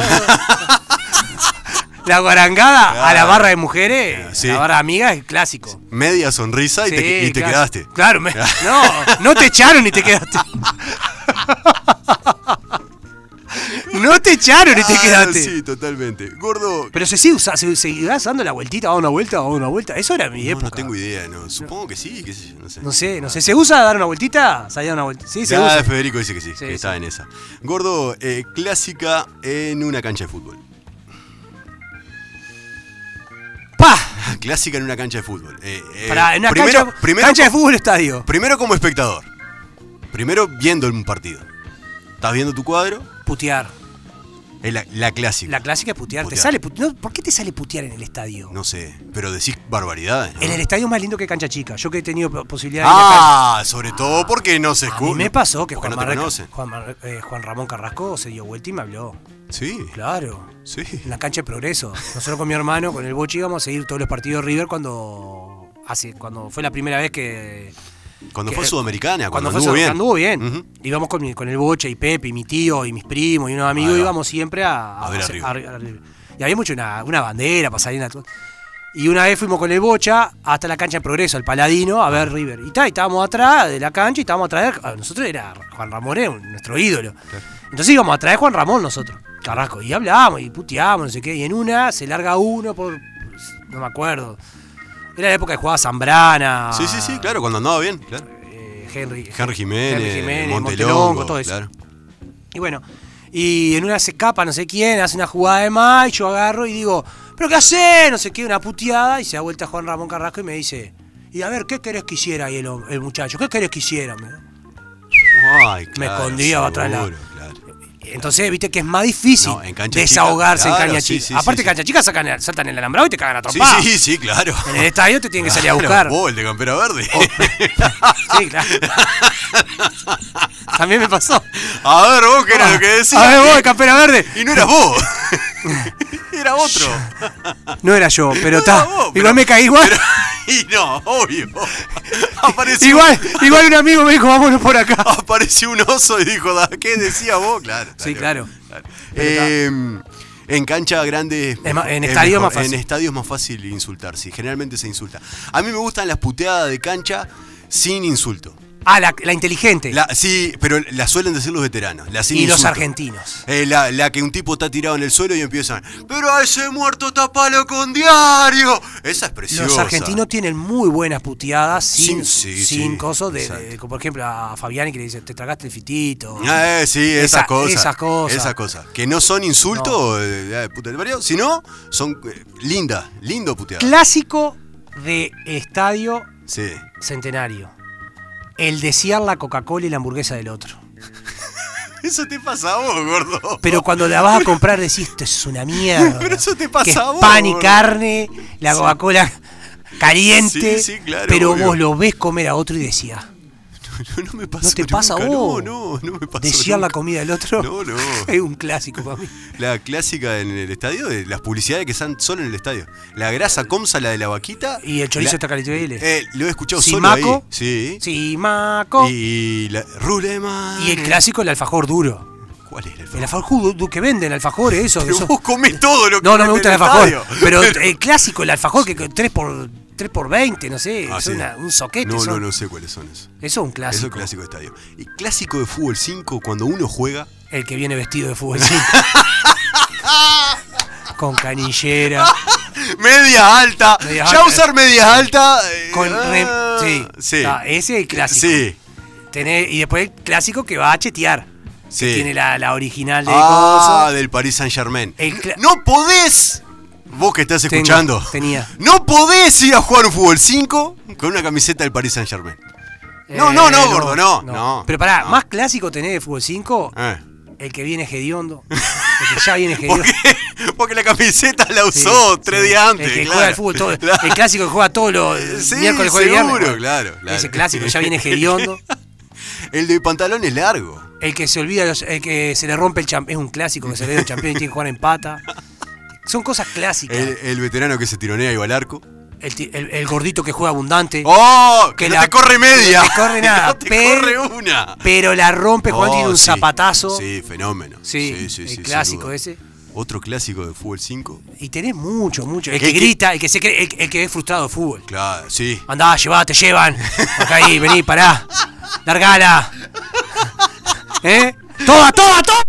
B: la guarangada a la
C: Claro. Ah,
B: barra de mujeres.
C: Sí.
B: La barra de amigas es clásico.
C: Media sonrisa y te,
B: Sí,
C: y te
B: claro.
C: quedaste.
B: Claro, me- no, no te echaron y te quedaste. no te echaron y te
C: Ah,
B: quedaste.
C: Sí, totalmente. Gordo.
B: Pero se sigue usando, se seguirás dando la vueltita, a una vuelta, a una vuelta. Eso era mi
C: No,
B: época.
C: no tengo idea, no. Supongo que sí, qué sé yo, no sé.
B: No sé, no sé. ¿Se usa dar una vueltita? ¿Se da una vueltita? Sí, se
C: Ya eh,
B: usa.
C: Federico dice que sí,
B: Sí,
C: que
B: sí.
C: está en esa. Gordo, eh, clásica en una cancha de fútbol.
B: ¡Pah!
C: Clásica en una cancha de fútbol. Eh, eh,
B: Pará, en una
C: primero,
B: cancha,
C: primero
B: cancha de fútbol estadio.
C: Primero como espectador. Primero viendo un partido. Estás viendo tu cuadro.
B: Putear.
C: Es la, la clásica.
B: La clásica es putear. Te
C: Putear.
B: sale pute- no, ¿Por qué te sale putear en el estadio?
C: No sé, pero decís barbaridades. ¿no?
B: En el estadio es más lindo que cancha chica. Yo que he tenido po- posibilidad de ir a cancha-
C: Ah, sobre todo porque no se
B: A mí
C: escucha.
B: me pasó que
C: porque
B: Juan,
C: no te
B: Marra-
C: conocen.
B: Juan, Mar- eh, Juan Ramón Carrasco se dio vuelta y me habló.
C: Sí,
B: Claro.
C: sí.
B: En la cancha de progreso. Nosotros con mi hermano, con el Bochi, íbamos a seguir todos los partidos de River cuando, hace, cuando fue la primera vez que...
C: Cuando
B: que-
C: fue sudamericana, cuando,
B: Cuando, fue
C: anduvo
B: San-
C: bien.
B: anduvo bien.
C: Ujú.
B: Íbamos con, mi- con el Boche y Pepe y mi tío y mis primos y unos amigos,
C: Ahí va.
B: íbamos siempre a,
C: A ver
B: hacer-
C: a
B: a- a- Y había mucho una, una bandera, pasarina, todo. Y una vez fuimos con el Bocha hasta la cancha de Progreso, al Paladino, a
C: Ah.
B: ver River. Y, ta, y estábamos atrás de la cancha y estábamos atrás. de- a nosotros era Juan Ramón, era un- nuestro ídolo. Entonces íbamos atrás de Juan Ramón nosotros, Carrasco. Y hablábamos y puteábamos, no sé qué. Y en una se larga uno por. No me acuerdo. Era la época que jugaba Zambrana.
C: Sí, sí, sí, claro, cuando andaba bien. Claro.
B: eh, Henry,
C: Henry Jiménez,
B: Henry Jiménez,
C: Montelongo,
B: Montelongo, todo eso.
C: Claro.
B: Y bueno, y en una se escapa, no sé quién, hace una jugada de más, y yo agarro y digo, ¿pero qué hace? No sé qué, una puteada, y se da vuelta Juan Ramón Carrasco y me dice, y a ver, ¿qué querés que hiciera ahí el, hom- el muchacho? ¿Qué querés que hiciera? me dijo.
C: Ay,
B: Me
C: claro,
B: escondía atrás de la-
C: seguro, claro.
B: Entonces, viste que es más difícil
C: No, en cancha
B: desahogarse
C: chica,
B: en
C: claro,
B: cancha
C: sí,
B: chica.
C: sí,
B: Aparte,
C: sí, sí.
B: cancha chica sacan, saltan el alambrado y te cagan a
C: Sí,
B: trompar.
C: sí, sí, claro.
B: En el estadio te tienen que salir a buscar.
C: Claro,
B: Oh,
C: vos, el de Campera Verde.
B: Sí, claro. También me pasó.
C: A ver, vos, ¿qué era lo que decías?
B: A ver, vos, de campera verde.
C: Y no eras vos. era otro.
B: No era yo, pero
C: No
B: está.
C: era vos,
B: igual
C: pero-
B: me caí igual.
C: Pero- y no, obvio. Apareció,
B: igual, igual un amigo me dijo, vámonos por acá.
C: Ah, apareció un oso y dijo, "Da, ¿qué decías vos? Claro.
B: Sí, claro.
C: Eh, en cancha grande es
B: Es ma- en
C: es
B: estadio es
C: mejor.
B: más fácil.
C: En estadio es más fácil insultar, sí. Generalmente se insulta. A mí me gustan las puteadas de cancha sin insulto.
B: Ah, la, la inteligente.
C: La- sí, pero la suelen decir los veteranos. La sin
B: y los
C: insulto.
B: argentinos.
C: Eh, la, la que un tipo está tirado en el suelo y empiezan, pero a ese muerto tapalo con diario. Esa es preciosa.
B: Los argentinos tienen muy buenas puteadas sin,
C: ah. Sí, sí,
B: sin
C: sí,
B: cosas de,
C: exacto.
B: de- como por ejemplo a Fabiani que le dice, te tragaste el fitito.
C: Ah, eh, sí, esas
B: Esa-
C: cosas.
B: esas cosas.
C: Esas cosas. Que no son insultos, eh, de puta del barrio, sino son eh, lindas, lindo puteado.
B: Clásico de estadio
C: Sí.
B: centenario. El desear la Coca-Cola y la hamburguesa del otro.
C: Eso te pasa a vos, gordo.
B: Pero cuando la vas a comprar decís, esto es una mierda.
C: Pero eso te pasa
B: que es
C: a vos,
B: pan y
C: boludo.
B: carne, la Coca-Cola caliente.
C: Sí, sí, claro,
B: pero
C: obvio.
B: vos lo ves comer a otro y decías,
C: No, no me pasa
B: ¿no te pasa a
C: nunca,
B: vos?
C: No, no, no me pasa
B: Desear la
C: nunca.
B: comida del otro.
C: No, no.
B: es un clásico para mí.
C: La clásica en el estadio, de las publicidades que están solo en el estadio. La grasa comsa, la de la vaquita.
B: Y el chorizo
C: la-
B: está calenturiel.
C: Eh, lo he escuchado solo ahí.
B: Simaco.
C: Sí.
B: Sí, maco. Y,
C: Y la Rulema.
B: el clásico, el alfajor duro.
C: ¿Cuál era el
B: El alfajor du- du- que venden, alfajores, eso.
C: Pero
B: eso.
C: vos comés todo lo que
B: No, no
C: venden
B: me gusta el
C: en
B: alfajor.
C: estadio.
B: Pero eh, el clásico, el alfajor, que 3 por, 3 por 20, no sé.
C: Ah,
B: es
C: sí.
B: una- un soquete.
C: No,
B: eso.
C: no, no sé cuáles son esos.
B: Eso es un
C: Eso
B: clásico.
C: es clásico de estadio. Y clásico de fútbol 5, cuando uno juega.
B: El que viene vestido de fútbol. cinco. Con canillera.
C: Media alta.
B: Media
C: ya
B: alta. eh,
C: usar media alta. eh,
B: Con rem-
C: ah,
B: sí.
C: Sí.
B: Ah, ese es el clásico.
C: Sí.
B: Tener- y después el clásico que va a chetear.
C: Sí.
B: Tiene la, la original de
C: Ah,
B: cosas.
C: del Paris Saint Germain.
B: El cla-
C: No podés. Vos que estás
B: Tengo,
C: escuchando.
B: tenía.
C: No podés ir a jugar un fútbol 5 con una camiseta del Paris Saint Germain. No, no, no, gordo, no, no.
B: Eh, Pero pará,
C: No.
B: más clásico tenés de fútbol 5,
C: Eh.
B: el que viene hediondo. El que ya viene
C: ¿Por
B: hediondo.
C: qué? Porque la camiseta la
B: Sí,
C: usó tres
B: sí.
C: días antes.
B: El que
C: claro.
B: juega al fútbol todo.
C: Claro.
B: El clásico que juega todos los
C: Sí,
B: miércoles, jueves, viernes.
C: seguro,
B: bueno,
C: claro, claro.
B: Ese clásico ya viene hediondo.
C: El de pantalones largo.
B: El que se olvida, los- el que se le rompe el champ es un clásico que se le dio el campeón y tiene que jugar en pata. Son cosas clásicas.
C: El,
B: El,
C: el veterano que se tironea y va al arco.
B: ti- el- el gordito que juega abundante,
C: ¡Oh! Que
B: Que
C: no
B: la-
C: te corre media.
B: no te corre nada,
C: No te
B: pero-
C: corre una.
B: pero la rompe cuando
C: Oh,
B: tiene un
C: sí.
B: zapatazo.
C: Sí, fenómeno.
B: Sí, el
C: sin
B: clásico
C: duda.
B: ese.
C: Otro clásico de fútbol 5.
B: Y tenés mucho, mucho. El
C: Que-
B: que,
C: que-
B: grita, el que se cree, el, el que es frustrado de fútbol.
C: Claro, sí.
B: Andá, llevá, te llevan. Acá ahí, vení, pará. Largala. ¿Eh? ¡Toda, toda, toda!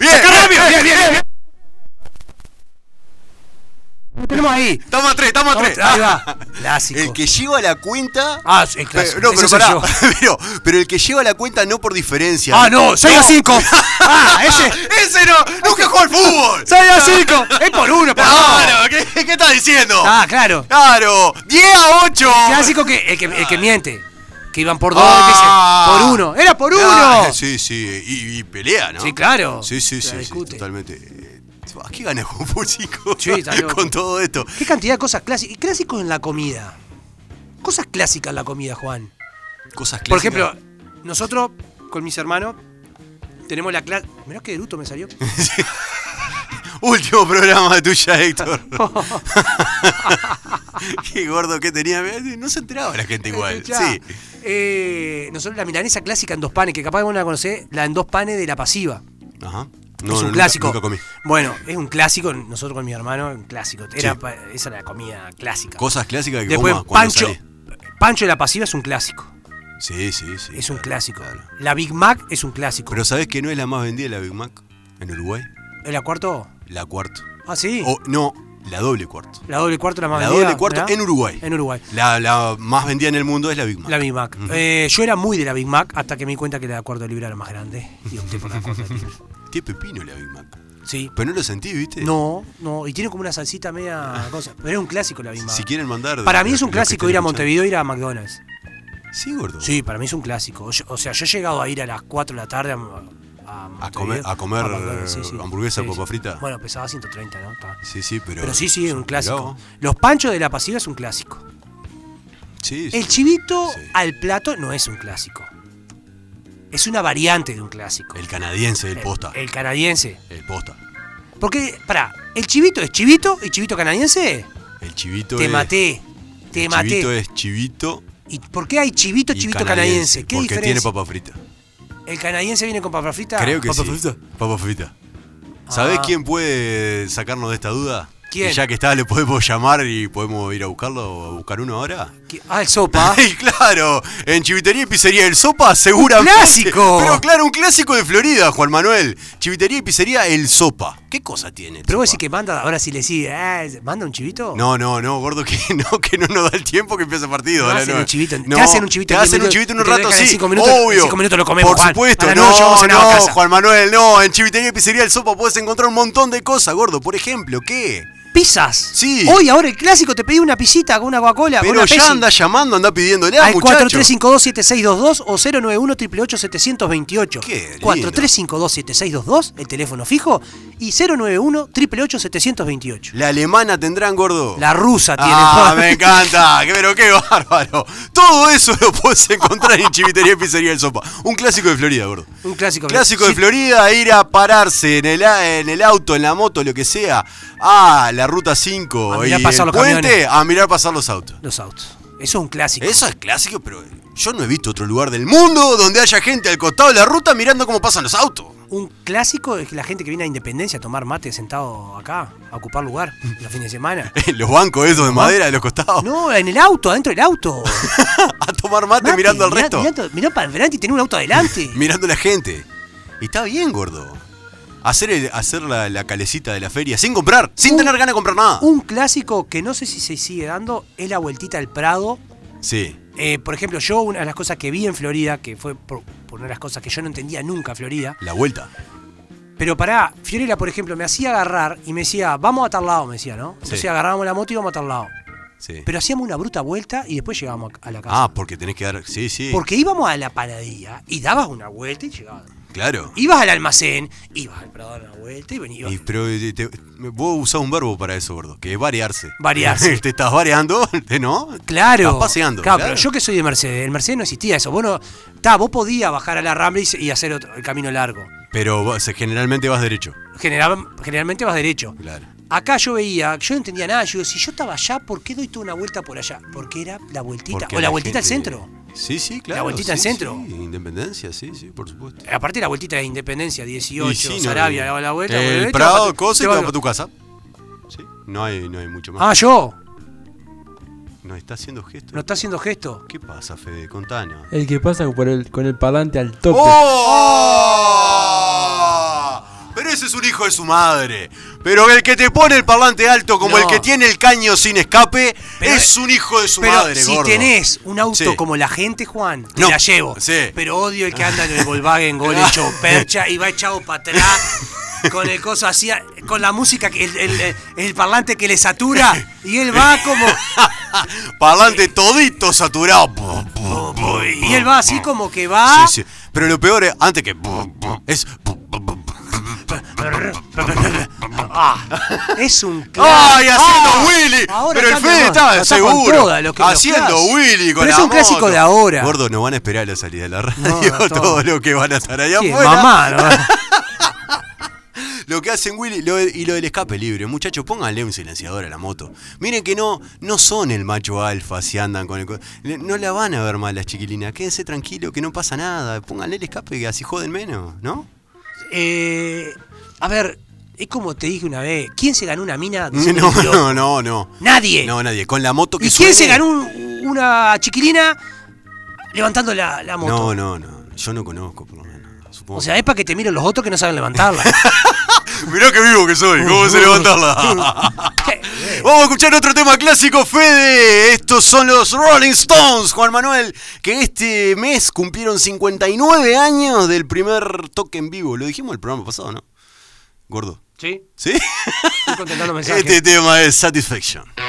C: ¡Bien! eh,
B: bien, bien, bien! Lo tenemos ahí.
C: ¡Toma tres, toma tres! Ah.
B: Ahí va. Clásico.
C: El que lleva la cuenta.
B: Ah, el clásico.
C: Pero, no, pero
B: Ese soy
C: pará.
B: yo.
C: Pero, pero el que lleva la cuenta no por diferencia.
B: Ah, no, 6 a 5. Ah, ese.
C: ¡Ese no! ¡Nunca jugó al fútbol!
B: 6 a 5. Es por uno, por dos.
C: ¡Claro! ¿Qué, qué estás diciendo?
B: Ah, claro.
C: ¡Claro! ¡10 a 8!
B: Clásico que el que, el que miente. Que iban por dos,
C: Ah.
B: que se- por uno. ¡Era por
C: Ah,
B: uno!
C: sí, sí, y, y pelea, ¿no?
B: Sí, claro.
C: Sí, sí,
B: Se la
C: sí, sí,
B: discute.
C: totalmente. Eh, ¿A qué gana con Fusico?
B: Sí, está loco.
C: con todo esto.
B: Qué cantidad de cosas clásicas. Y clásicos en la comida. Cosas clásicas en la comida, Juan.
C: Cosas clásicas.
B: Por ejemplo, nosotros con mis hermanos tenemos la clase. Mirá qué bruto me salió.
C: último programa de tuya, Héctor. qué gordo que tenía. No se enteraba la gente igual.
B: Escuchá,
C: Sí.
B: eh, nosotros la milanesa clásica en dos panes, que capaz que vos no la conocés, la en dos panes de la pasiva.
C: Ajá.
B: es un
C: nunca-
B: clásico.
C: Nunca, comí.
B: Bueno, es un clásico, nosotros con mi hermano, un clásico. Era,
C: Sí.
B: pa- Esa era la comida clásica.
C: Cosas clásicas que
B: Después,
C: comas cuando
B: Pancho.
C: salís.
B: Pancho de la pasiva es un clásico.
C: Sí, sí, sí.
B: Es un
C: claro,
B: clásico.
C: claro.
B: La Big Mac es un clásico.
C: Pero ¿sabés que no es la más vendida la Big Mac en Uruguay?
B: ¿La cuarto?
C: La cuarto.
B: Ah, sí.
C: O, no, la doble cuarto.
B: La doble cuarto la más
C: La
B: vendida,
C: doble cuarto
B: ¿verdad?
C: en Uruguay.
B: En Uruguay.
C: La, la más vendida en el mundo es la Big Mac.
B: La Big Mac. Eh, yo era muy de la Big Mac hasta que me di cuenta que la de cuarto de libra era más grande. Y opté por la cuarto de libra.
C: Tiene pepino la Big Mac.
B: Sí.
C: Pero no lo sentí, ¿viste?
B: No, no. Y tiene como una salsita media cosa. Pero era un clásico la Big Mac.
C: Si quieren mandar.
B: Para mí
C: los-
B: es un
C: los que
B: clásico
C: estén
B: ir a
C: escuchando.
B: Montevideo ir a McDonald's.
C: Sí, gordo.
B: Sí, para mí es un clásico. Yo- o sea, yo he llegado a ir a las 4 de la tarde a. A,
C: A comer- a comer,
B: McDonald's, sí, sí.
C: hamburguesa,
B: Sí,
C: papa
B: sí.
C: frita.
B: Bueno, pesaba 130, ¿no? Está.
C: Sí, sí, pero.
B: Pero sí, sí, es un clásico.
C: Mirá vos.
B: Los panchos de la pasiva es un clásico.
C: Sí, sí.
B: El chivito
C: Sí.
B: al plato no es un clásico. Es una variante de un clásico.
C: El canadiense del posta.
B: El, canadiense.
C: El posta.
B: Porque, pará, el chivito es chivito y chivito canadiense.
C: El chivito
B: Te
C: es.
B: maté. Te
C: el chivito
B: maté.
C: es chivito.
B: ¿Y por qué hay chivito,
C: y
B: chivito canadiense? ¿Qué
C: porque tiene
B: diferencia?
C: papa frita.
B: El canadiense viene con papa frita.
C: Creo que
B: Papa
C: sí.
B: frita.
C: Papa frita. ¿Sabés
B: Ah.
C: quién puede sacarnos de esta duda?
B: ¿Quién?
C: Y ya que está, le podemos llamar y podemos ir a buscarlo o a buscar uno ahora.
B: ¿Qué? Ah, el sopa.
C: ¡Ay, claro! En Chivitería y Pizzería El Sopa, seguramente.
B: ¡Clásico!
C: Pero claro, un clásico de Florida, Juan Manuel. Chivitería y Pizzería El Sopa. ¿Qué cosa tiene? el
B: Pero vos
C: Sopa?
B: decís que manda, ahora sí le sigue, ah, ¿manda un chivito?
C: No, no, no, gordo, que no, que no nos da el tiempo que empieza el partido.
B: No
C: ahora
B: hacen un chivito,
C: No,
B: te hacen un chivito
C: Te
B: en diez
C: hacen un
B: minutos,
C: chivito en un
B: y te
C: rato,
B: dejan en
C: sí.
B: cinco minutos, en
C: obvio.
B: cinco minutos lo comemos,
C: Por
B: Juan.
C: supuesto,
B: Ahora no
C: no,
B: nos llevamos nada a
C: no,
B: casa.
C: Juan Manuel, no. En Chivitería y Pizzería El Sopa puedes encontrar un montón de cosas, gordo. Por ejemplo, ¿qué?
B: ¿Pizzas?
C: Sí.
B: Hoy, ahora el clásico, te pedí una pisita con una Coca-Cola, con
C: Pero
B: una
C: ya
B: Pepsi.
C: anda llamando, anda pidiéndole a
B: al
C: muchacho.
B: 4352-7622 o 091-888-728.
C: Qué lindo.
B: 4352-7622, el teléfono fijo, y 091-888-728.
C: La alemana tendrán, gordo.
B: La rusa tiene.
C: Ah, me encanta, Qué- pero qué bárbaro. Todo eso lo puedes encontrar en Chivitería y Pizzería El Sopa. Un clásico de Florida, gordo.
B: Un clásico.
C: Clásico de
B: Sí,
C: Florida, ir a pararse en el, a- en el auto, en la moto, lo que sea, a la ruta 5
B: A
C: y
B: mirar
C: el
B: pasar los
C: puente
B: camiones.
C: a mirar pasar los autos.
B: Los autos. Eso es un clásico.
C: Eso es clásico, pero yo no he visto otro lugar del mundo donde haya gente al costado de la ruta mirando cómo pasan los autos.
B: Un clásico es que la gente que viene a Independencia a tomar mate sentado acá, a ocupar lugar los fines de semana.
C: Los bancos esos de madera de los costados.
B: No, en el auto, adentro del auto.
C: A tomar mate,
B: Mate,
C: mirando al
B: mirá-
C: resto.
B: Mirando, mirá para adelante y tener un auto adelante.
C: mirando la gente. Y está bien, gordo. Hacer, el- hacer la, la calecita de la feria sin comprar, sin
B: Un-
C: tener ganas de comprar nada.
B: Un clásico que no sé si se sigue dando es la vueltita al Prado.
C: Sí.
B: Eh, por ejemplo, yo una de las cosas que vi en Florida, que fue por, por una de las cosas que yo no entendía nunca en Florida,
C: La vuelta.
B: pero pará, Fiorella, por ejemplo, me hacía agarrar y me decía, vamos a tal lado, me decía, ¿no? Entonces
C: Sí.
B: agarrábamos la moto y íbamos a tal lado.
C: Sí.
B: Pero hacíamos una bruta vuelta y después llegábamos a la casa.
C: ah, porque tenés que dar. Sí, sí.
B: Porque íbamos a la panadería y dabas una vuelta y llegabas.
C: Claro.
B: Ibas al almacén, ibas al Prado a dar una vuelta y venías.
C: Y- pero eh, te- vos usás un verbo para eso, gordo, que es variarse.
B: Variarse.
C: te estás variando, te- ¿no?
B: Claro.
C: Estás paseando.
B: Claro,
C: claro.
B: pero yo que soy de Mercedes, el Mercedes no existía eso. Vos no, ta, vos podías bajar a la Rambla y, se- y hacer otro, el camino largo.
C: Pero vos, eh, generalmente vas derecho.
B: General- generalmente vas derecho.
C: Claro.
B: Acá yo veía, yo no entendía nada. Yo digo, si yo estaba allá, ¿por qué doy toda una vuelta por allá? Porque era la vueltita.
C: Porque
B: o la,
C: la
B: vueltita al
C: gente-
B: centro.
C: Sí, sí, claro.
B: vueltita
C: sí,
B: al centro.
C: sí, Independencia, sí, sí, por supuesto.
B: Aparte la vueltita de Independencia, 18,
C: Y sí, no,
B: Sarabia, la, la vuelta.
C: El
B: volvete,
C: Prado,
B: te-
C: cosa y
B: te
C: te
B: vas-
C: vas para tu casa. Sí, no hay, no hay mucho más.
B: Ah, yo.
C: Nos está haciendo gestos.
B: No está haciendo gesto.
C: ¿Qué pasa, Fede? Contanos.
E: El que pasa por el, con el palante al tope.
C: ¡Oh! Pero ese es un hijo de su madre. Pero el que te pone el parlante alto como
B: No.
C: el que tiene el caño sin escape
B: Pero-
C: es un hijo de su
B: Pero
C: madre,
B: si
C: gordo.
B: tenés un auto
C: Sí.
B: como la gente, Juan, te
C: No,
B: la llevo.
C: sí.
B: Pero odio el que anda en el Volkswagen Gol hecho percha y va echado para atrás con el coso así, con la música, que- el, el- el parlante que le satura y él va como...
C: Parlante todito saturado. Bu, bu, bu.
B: Y él va así como que va...
C: Sí, sí. Pero lo peor es, antes que... bu, bu, Es... bu, bu, bu, bu.
B: Ah, es un
C: ¡Ay, haciendo
B: Ah,
C: Willy!
B: ahora
C: Pero el
B: cambia
C: Fede
B: más,
C: está,
B: la está con
C: seguro.
B: toda, lo que- los
C: haciendo
B: clásicos.
C: Willy con
B: Pero es
C: la
B: un clásico
C: moto.
B: de ahora.
C: Gordo, no van a esperar la salida de la
B: No,
C: radio.
B: no, todo.
C: todo lo que van a estar allá
B: ¿Qué? ¿eh?
C: afuera.
B: Mamá, ¿no?
C: Lo que hacen Willy lo de- y lo del escape libre. Muchachos, pónganle un silenciador a la moto. Miren que no, no son el macho alfa si andan con el... co- le- No la van a ver mal las chiquilinas. Quédense tranquilos que no pasa nada. Pónganle el escape que así joden menos, ¿no?
B: Eh, a ver, es como te dije una vez, ¿quién se ganó una mina? diciendo
C: No,
B: que
C: no, no, no.
B: Nadie.
C: No, nadie. Con la moto que
B: ¿Y quién se
C: suene-
B: ganó un- una chiquilina levantando la, la
C: No,
B: moto?
C: no, no. Yo no conozco, por lo menos. Supongo.
B: O sea, es para que te miren los otros que no saben levantarla.
C: Mirá que vivo que soy, ¿cómo se levantarla? Vamos a escuchar otro tema clásico, Fede. Estos son los Rolling Stones, Juan Manuel, que este mes cumplieron 59 años del primer toque en vivo. Lo dijimos el programa pasado, ¿no? Gordo.
B: sí,
C: ¿Sí?
B: estoy contestando mensajes.
C: Este tema es Satisfaction.
A: Satisfaction.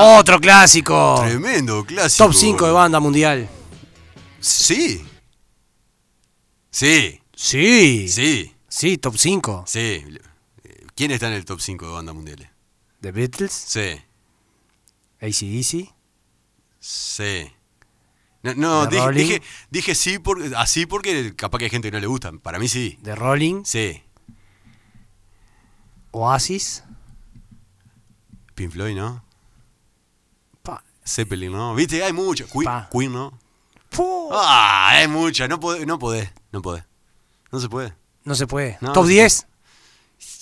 B: Otro clásico.
C: Tremendo clásico.
B: Oh. Top 5 de banda mundial.
C: Sí. Sí,
B: Sí. Sí,
C: sí,
B: top 5.
C: sí. eh, ¿Quién está en el top 5 de bandas mundiales?
B: The Beatles,
C: Sí,
B: ACDC.
C: sí. No, no,
B: The
C: dije,
B: Rolling.
C: dije, dije sí porque, así porque capaz que hay gente que no le gusta. Para mí sí.
B: The Rolling,
C: Sí.
B: Oasis.
C: Pink Floyd, ¿no?
B: Pa.
C: Zeppelin, ¿no? ¿Viste? Hay mucho. Queen,
B: Pa.
C: Queen, ¿no?
B: Fu.
C: Ah, hay mucha. No podés, no podés, no podés. No se puede.
B: No se puede.
C: No,
B: top
C: no.
B: 10.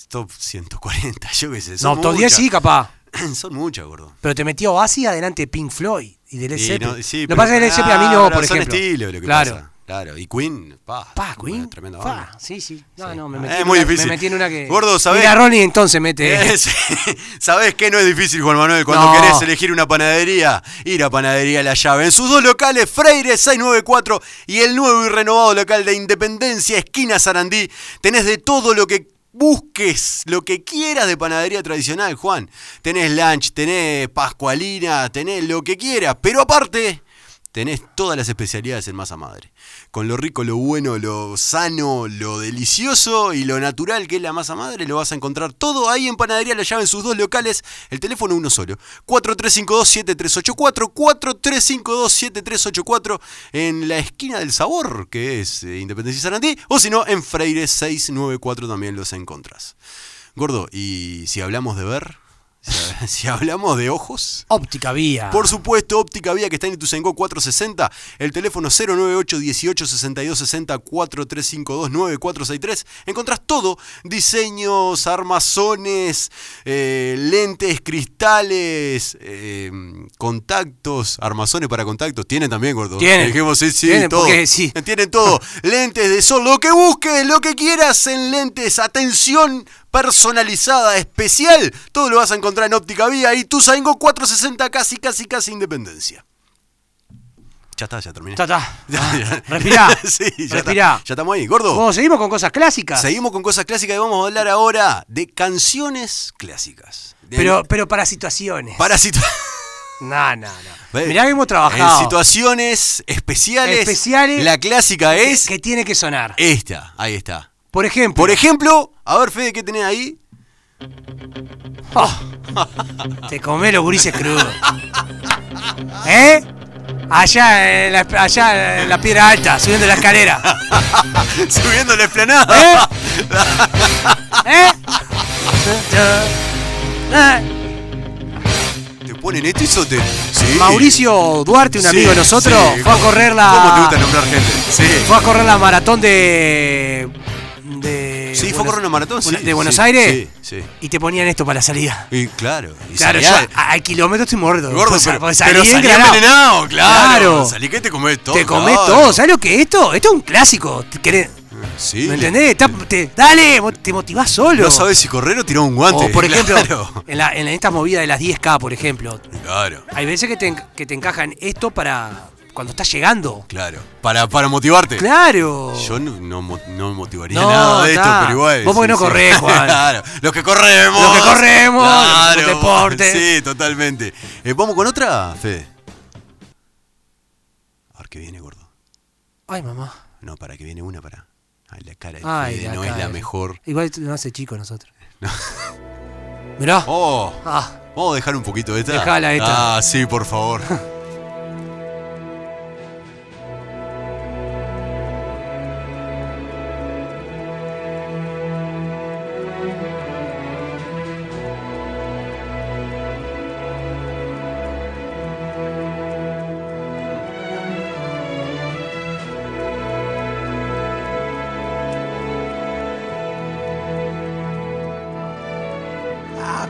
C: Top 140, yo qué sé.
B: No,
C: son
B: top 10 sí,
C: muchas.
B: capaz.
C: Son muchas, gordo.
B: Pero te metió Oasis adelante de Pink Floyd y del
C: Sí,
B: Led
C: no,
B: Zeppelin.
C: sí,
B: lo que
C: pero-
B: pasa es que Led Zeppelin a mí no,
C: Claro,
B: por
C: son
B: ejemplo.
C: estilo lo que
B: claro.
C: pasa. Claro. Y Queen, pa.
B: Pa, Queen.
C: una Tremenda
B: pa,
C: banda.
B: sí, sí. No,
C: Sí.
B: no, me
C: Eh,
B: metí,
C: es
B: en
C: muy
B: una-
C: difícil.
B: me metí en una que.
C: Gordo, ¿sabés?
B: Mira, Ronnie entonces mete.
C: Es- Eh, Sabés que no es difícil, Juan Manuel, cuando
B: No.
C: querés elegir una panadería, ir a Panadería La Llave. En sus dos locales, Freire 694 y el nuevo y renovado local de Independencia, esquina Sarandí, tenés de todo lo que busques, lo que quieras de panadería tradicional, Juan. Tenés lunch, tenés pascualina, tenés lo que quieras, pero aparte... Tenés todas las especialidades en masa madre. Con lo rico, lo bueno, lo sano, lo delicioso y lo natural que es la masa madre, lo vas a encontrar todo ahí en Panadería La Llave en sus dos locales. El teléfono uno solo. 4352-7384. 4352-7384 en la esquina del sabor, que es eh, Independencia y Sarandí. O si no, en Freire 694 también los encontrás. Gordo, y si hablamos de ver, si- si hablamos de ojos...
B: Óptica vía.
C: Por supuesto, Óptica Vía que está en Ituzaingó 460, el teléfono 098 18 62 60 4352 9463. Encontrás todo, diseños, armazones, eh, lentes, cristales, eh, contactos, armazones para contactos. Tienen también, gordo.
B: Tienen.
C: Dijimos, sí, sí,
B: Tienen,
C: todo.
B: porque sí.
C: Tienen todo. Lentes de sol, lo que busques, lo que quieras en lentes. Atención personalizada, especial. Todo lo vas a encontrar en Óptica Vía y tu 460, casi, casi, casi independencia. Ya está, ya terminé.
B: Ta, ta.
C: Ya, ya.
B: Ah, Respirá.
C: sí, ya,
B: Respirá.
C: está. ya estamos ahí, gordo.
B: Bueno, seguimos con cosas clásicas.
C: Seguimos con cosas clásicas y vamos a hablar ahora de canciones clásicas. De-
B: Pero, pero para situaciones.
C: Para situ-
B: No, no, no. Mirá que hemos trabajado.
C: En situaciones especiales.
B: Especiales.
C: La clásica
B: que-
C: es
B: Que tiene que sonar.
C: esta. Ahí está.
B: Por ejemplo.
C: Por ejemplo, a ver, Fede, ¿qué tenés ahí?
B: Oh, te comé los gurises crudos. ¿Eh? Allá en la, allá en la piedra alta, subiendo la escalera.
C: Subiendo la esplanada.
B: ¿Eh? ¿Eh?
C: ¿Te ponen esto y eso te. Sí.
B: Mauricio Duarte, un amigo
C: Sí,
B: de nosotros,
C: sí.
B: fue a correr la.
C: ¿Cómo te gusta nombrar gente? Sí.
B: Fue a correr la maratón de. de
C: Sí, fue a
B: Buenos-
C: correr una maratón. sí,
B: de
C: sí,
B: Buenos Aires.
C: Sí, sí.
B: Y te ponían esto para la salida.
C: Y claro. y
B: Claro, yo
C: salía-
B: a- al kilómetro estoy muerto.
C: Gordo,
B: Pues,
C: pero,
B: pues, salí
C: pero salí
B: engranado.
C: envenenado, claro.
B: Claro.
C: Salí que te comés todo.
B: Te comés
C: claro.
B: todo. ¿Sabes lo que es esto? Esto es un clásico. ¿Te querés-
C: Sí.
B: ¿Me entendés? Está- te- dale, vos te motivás solo.
C: No sabes si correr o tirar un guante.
B: o por ejemplo,
C: Claro.
B: en, la, en estas movidas de las 10K, por ejemplo,
C: Claro.
B: hay veces que te, en- que te encajan esto para cuando estás llegando.
C: claro. Para, para motivarte.
B: Claro.
C: Yo no, no mo- no me motivaría
B: No,
C: nada de
B: ta.
C: esto, pero igual.
B: Vos porque no corrés, Juan.
C: claro, los que corremos.
B: Los que corremos,
C: Claro,
B: los deportes.
C: Sí, totalmente. Eh, ¿Vamos con otra, Fede? A ver qué viene, gordo.
B: Ay, mamá.
C: No, para que viene una, para. Ay, la cara de
B: Ay,
C: Fede
B: la
C: no es
B: cara.
C: la mejor.
B: Igual no hace chico nosotros. Mirá.
C: Oh,
B: Ah,
C: vamos a dejar un poquito de esta.
B: Dejala esta.
C: Ah, sí, por favor.
F: I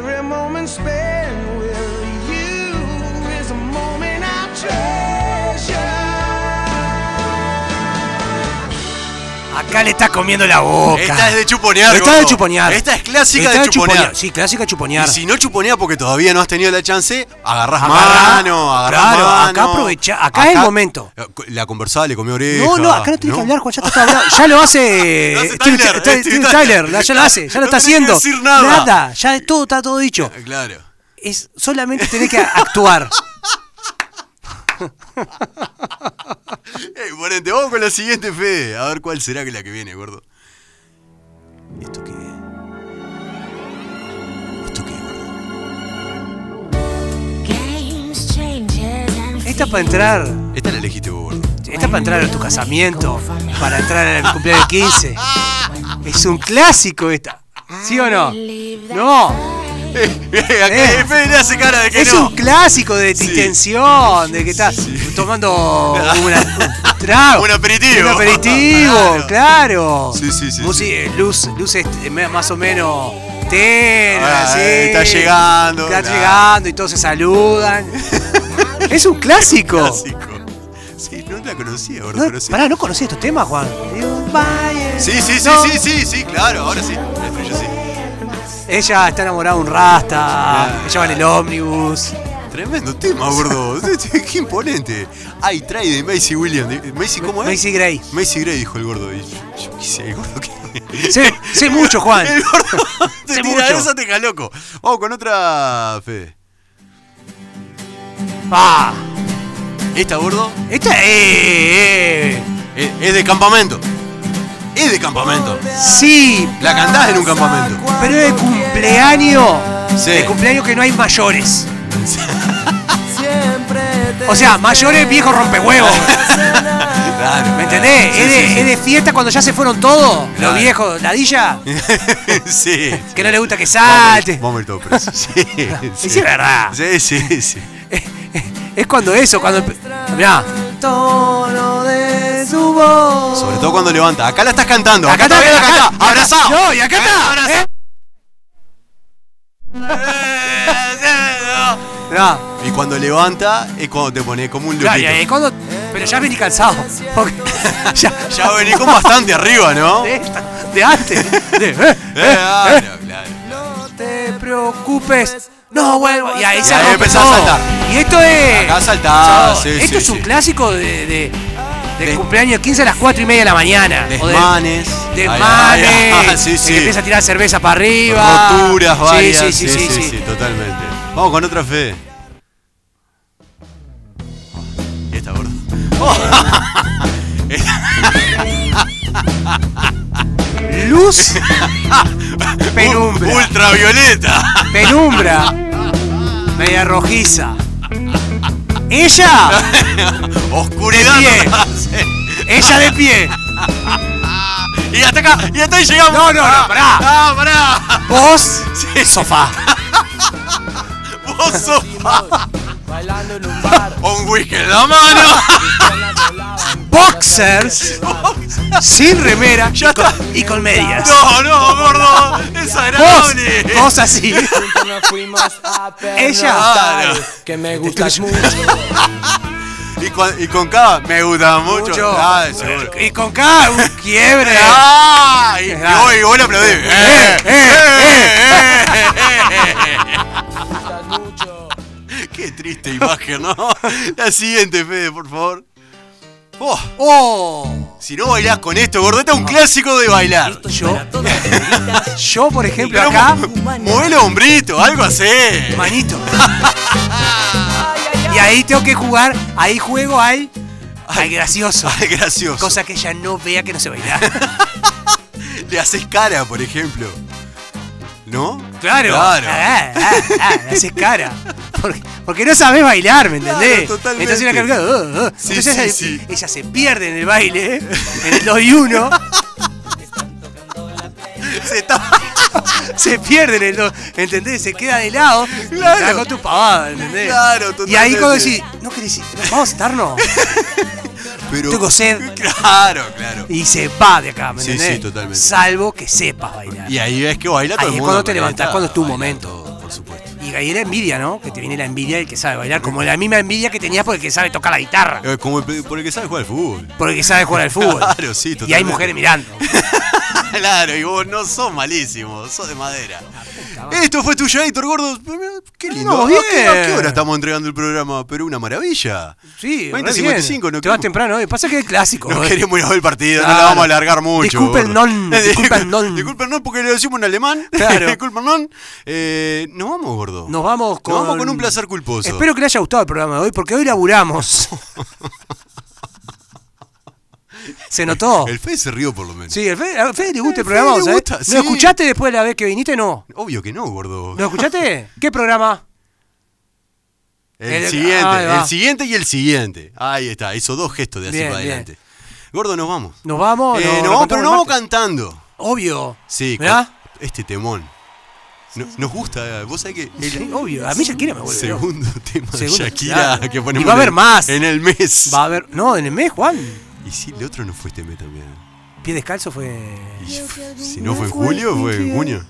F: Every moment spent with
B: Acá le estás comiendo la boca.
C: Esta es de chuponear.
B: Esta es
C: gordo.
B: de chuponear.
C: Esta es clásica de chuponear.
B: Sí, clásica de
C: Y
B: chuponear.
C: si no chuponea porque todavía no has tenido la chance, agarrás
B: Agarrá.
C: mano, agarrás
B: Claro,
C: mano. eh,
B: acá aprovechá, acá es el momento.
C: La conversada le comió oreja.
B: No, no, acá no tenés que hablar, Juan, ya te está hablando. Ya lo hace
C: Lo hace
B: Steven
C: Tyler,
B: Ty- Ty-
C: Steven
B: Steven
C: Tyler.
B: Tyler, la- ya lo hace, ya lo
C: No
B: está
C: tenés que
B: haciendo.
C: decir nada.
B: Nada, ya es todo está todo dicho.
C: Ah, Claro.
B: Es solamente tenés que actuar.
C: Ey, ponete, vamos con la siguiente, Fede. A ver cuál será que la que viene, gordo. ¿Esto qué es? ¿Esto qué es, gordo?
B: Esta para entrar,
C: Esta la elegiste vos, gordo.
B: esta para entrar a tu casamiento, para entrar al cumpleaños de 15. Es un clásico esta. ¿Sí o no? No,
C: Eh, Acá Fede le hace cara de que
B: Eh. es
C: no.
B: un clásico de distensión, de que estás tomando una- un trago.
C: Un aperitivo.
B: Un aperitivo,
C: Claro.
B: claro.
C: Sí, sí, sí,
B: Musi-
C: sí.
B: eh, Luz, luz este, me- más o menos tenue,
C: Ah,
B: así.
C: está llegando,
B: Está
C: claro.
B: llegando y todos se saludan. es un clásico.
C: Clásico. Sí, no la conocía, gordo,
B: No,
C: pero sí.
B: pará, no conocía estos temas, Juan. Digo, vaya.
C: Sí, sí, sí,
B: No.
C: sí, sí, sí, claro, ahora sí. La estrella sí.
B: Ella está enamorada de un rasta. Ella va en el ómnibus.
C: Tremendo tema, gordo. Qué imponente. Ay, trae de Macy Williams. De- ¿Macy cómo es?
B: Macy Gray.
C: Macy Gray, dijo el gordo. Y yo- yo qué sé, el gordo que.
B: Sé, sé mucho, Juan.
C: El gordo. Te
B: Sé
C: tira
B: mucho.
C: esa, te loco. Vamos con otra, Fede.
B: Ah,
C: Esta, gordo,
B: esta eh, eh.
C: es, es de campamento. Es de campamento.
B: Sí,
C: La cantás en un campamento.
B: pero es de cumpleaños.
C: Sí.
B: De cumpleaños que no hay mayores.
F: Siempre te
B: O sea, mayores viejos rompehuevos.
C: Claro.
B: ¿Me entendés?
C: Sí,
B: es, de,
C: sí,
B: es de fiesta cuando ya se fueron todos.
C: Claro.
B: Los viejos, ladilla,
C: sí. sí.
B: que no le gusta que salte.
C: Vamos a ir todos presos. Sí,
B: Sí, es verdad.
C: Sí, sí, sí.
B: Es cuando eso, cuando. empe- Mirá. Tono de su voz.
C: Sobre todo cuando levanta. Acá la estás cantando.
B: Acá está,
C: todavía
B: acá
C: la
B: está.
C: cantás. Abrazado.
B: No, y acá está. ¿eh? eh, Mirá.
C: Y cuando levanta es cuando te pones como un
B: Ah. Claro,
C: lupito.
B: y ahí eh, cuando- Pero ya vení cansado. porque- ya,
C: Ya venís con bastante arriba, ¿no? ah,
B: de, esta- de antes. de- eh, eh, eh.
C: Claro, claro.
B: No te preocupes, no vuelvo. Y ahí
C: Y
B: se
C: ahí
B: rompe
C: empezás a
B: todo.
C: saltar.
B: Y esto es.
C: Acá saltás, sí,
B: Esto
C: sí,
B: es un
C: sí.
B: clásico de, de, de
C: Des-
B: cumpleaños 15 a las 4 y media de la mañana. O de-
C: Desmanes.
B: Desmanes.
C: Ay, ay, ay. Ah, Sí,
B: el
C: sí.
B: Que empieza a tirar cerveza para arriba.
C: Roturas
B: Sí,
C: varias.
B: Sí, sí, sí. sí.
C: totalmente. Vamos con otra fe. Y esta gorda.
B: Luz. penumbra.
C: Ultravioleta.
B: penumbra. Media rojiza. Ella.
C: Oscuridad.
B: De pie.
C: total, sí.
B: Ella de pie.
C: Y hasta acá, y hasta ahí llegamos.
B: No, no, no, pará.
C: Ah, pará.
B: Vos.
C: Sí.
B: Sofá.
C: Vos sos
F: bailando en un bar
C: un whisky en la mano.
B: Boxers. sin remera.
C: Ya
B: y, con,
C: está.
B: y con medias.
C: No, no, gordo. Es
B: Vos,
C: agradable.
B: vos así.
F: juntos nos fuimos a
B: Ella.
C: Claro.
F: que me gustas mucho
C: Y con, y con K me gusta mucho.
B: Mucho.
C: Ah, seguro.
B: Y eh. con cada un quiebre.
C: Ah, y, y
B: Claro.
C: vos, y vos le aplaudís. Eh, eh,
B: eh.
C: eh. Qué triste imagen, ¿no? La siguiente, Fede, por favor. Oh,
B: Oh.
C: si no bailás con esto, gordo, este es un clásico de bailar.
B: Yo. Yo, por ejemplo,
C: Pero
B: acá.
C: mo- Mové el hombrito, algo así.
B: Manito. Y ahí tengo que jugar. Ahí juego al. Al gracioso.
C: Ay, gracioso.
B: Cosa que ella no vea que no se baila.
C: Le haces cara, por ejemplo. ¿No?
B: Ah, ah, ah, le haces cara. Porque, porque no sabes bailar, ¿me entendés?
C: Claro, totalmente.
B: Entonces, la carga, ah, ah.
C: Sí,
B: Entonces
C: sí, sí.
B: ella, ella se pierde en el baile, en el 2 y 1.
C: Se está...
B: se pierde en el 2, ¿entendés? Se queda de lado.
C: Claro.
B: Claro. con tu pavada, ¿entendés?
C: Claro,
B: Y ahí
C: totalmente.
B: cuando decís, no querés ir, vamos a sentarnos.
C: Pero...
B: Tengo sed.
C: Claro, claro.
B: Y se va de acá, ¿me
C: Sí,
B: entendés?
C: sí, totalmente.
B: Salvo que sepas bailar.
C: Y ahí ves que baila todo
B: Ahí
C: el
B: es
C: mundo.
B: cuando te
C: baila,
B: levantás, cuando es tu
C: baila
B: momento.
C: todo, por supuesto.
B: Y y ahí la envidia, ¿no? Que te viene la envidia del que sabe bailar, como la misma envidia que tenías por el que sabe tocar la guitarra,
C: Eh, Como el- por el que sabe jugar al fútbol.
B: por el que sabe jugar al fútbol.
C: Claro, sí,
B: Y hay
C: totalmente.
B: mujeres mirando.
C: Claro, y vos no sos malísimo, sos de madera.
B: Ah,
C: Esto fue tuyo, Héctor Gordo. Qué lindo.
B: No,
C: ¿A qué- ¿A qué
B: bien.
C: hora estamos entregando el programa? Pero una maravilla. 20.55,
B: Sí,
C: no
B: Te vas
C: queremos-
B: temprano hoy. Pasa que es clásico.
C: No
B: hoy.
C: queremos ir a ver el partido, no
B: Claro.
C: la vamos a alargar mucho.
B: Disculpen,
C: gordo.
B: non, disculpen, non.
C: Disculpen, non, porque lo decimos en alemán.
B: Claro.
C: disculpen, non. Eh, nos vamos, gordo.
B: Nos vamos con.
C: Nos vamos con un placer culposo.
B: Espero que les haya gustado el programa de hoy, porque hoy laburamos. ¿Se notó?
C: El Fede se rió por lo menos.
B: Sí, el Fede, a Fede le gusta el
C: El Fede
B: programa,
C: le
B: ¿vos sabés?
C: gusta, sí.
B: ¿Lo escuchaste después de la vez que viniste? No.
C: Obvio que no, gordo.
B: ¿Lo escuchaste? ¿Qué programa?
C: El,
B: El-
C: siguiente,
B: ahí va.
C: el siguiente y el siguiente. Ahí está, hizo dos gestos de así
B: Bien,
C: para
B: bien.
C: adelante. Gordo, nos vamos.
B: Nos vamos.
C: Eh,
B: nos-
C: nos
B: nos
C: vamos,
B: encontramos
C: pero
B: el
C: nos vamos
B: martes.
C: cantando.
B: Obvio.
C: Sí,
B: ¿Verdad?
C: con este temón. No- nos gusta, eh, vos sabés que el
B: Sí, obvio. A mí Shakira me vuelve. loco.
C: segundo tema de
B: Segundo,
C: Shakira
B: claro.
C: que ponemos
B: Y va a haber
C: en-
B: más.
C: en el mes.
B: Va a haber. No, en el mes, Juan.
C: Y si el otro no fue este mes también.
B: Pie descalzo fue.
C: Y si no fue en julio, fue en junio.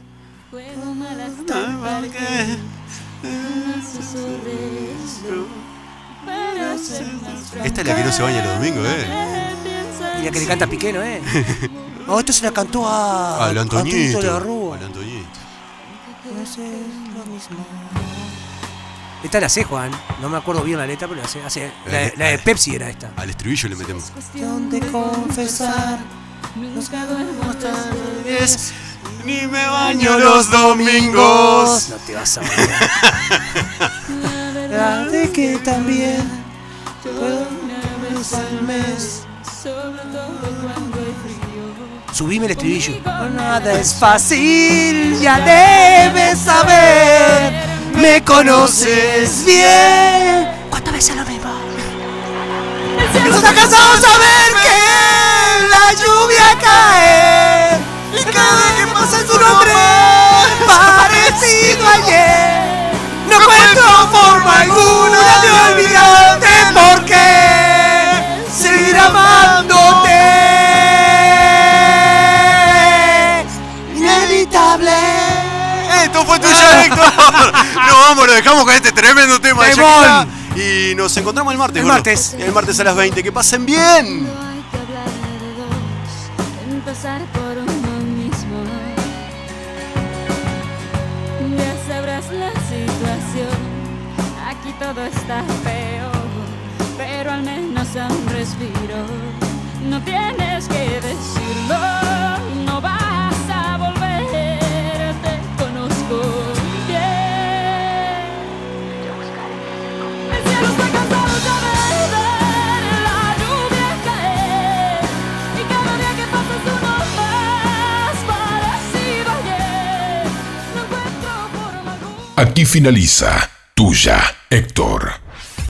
C: Esta es la que no se baña los domingos, ¿eh?
B: Y la que le canta Piqué, ¿no eh? No, esto se la cantó a.
C: Al
B: Antonito de la
C: Antonito.
B: Rúa.
C: Al Antonito.
B: Esta la sé, Juan. No me acuerdo bien la letra, pero la sé. Hace- la,
C: Eh,
B: la de
C: eh.
B: Pepsi era esta.
C: Al estribillo le metemos. Ni me baño los domingos.
B: No te vas a morir. La de que también. Subime el estribillo. Nada es fácil, ya debes saber. Me conoces bien. ¿Cuántas veces lo mismo? Nos ha cansado saber que la lluvia cae. Y cada vez que pasa tu nombre, parecido ayer. No encuentro forma alguna de olvidarte porque seguir amándote. Inevitable.
C: Esto fue tuyo, Héctor. Nos vamos, lo dejamos con este tremendo tema de
B: Temón.
C: Shakira. Y nos encontramos el martes,
B: El
C: gordo.
B: martes.
C: El martes a las 20. Que pasen bien.
G: No hay que hablar de dos, empezar por uno mismo. Ya sabrás la situación, aquí todo está peor, pero al menos da un respiro. No tienes que decirlo, no vas a volver, te conozco bien. El cielo está cansado de ver la lluvia caer Y cada día que pasa es uno más parecido ayer No encuentro forma alguna
H: Aquí finaliza Tuya, Héctor.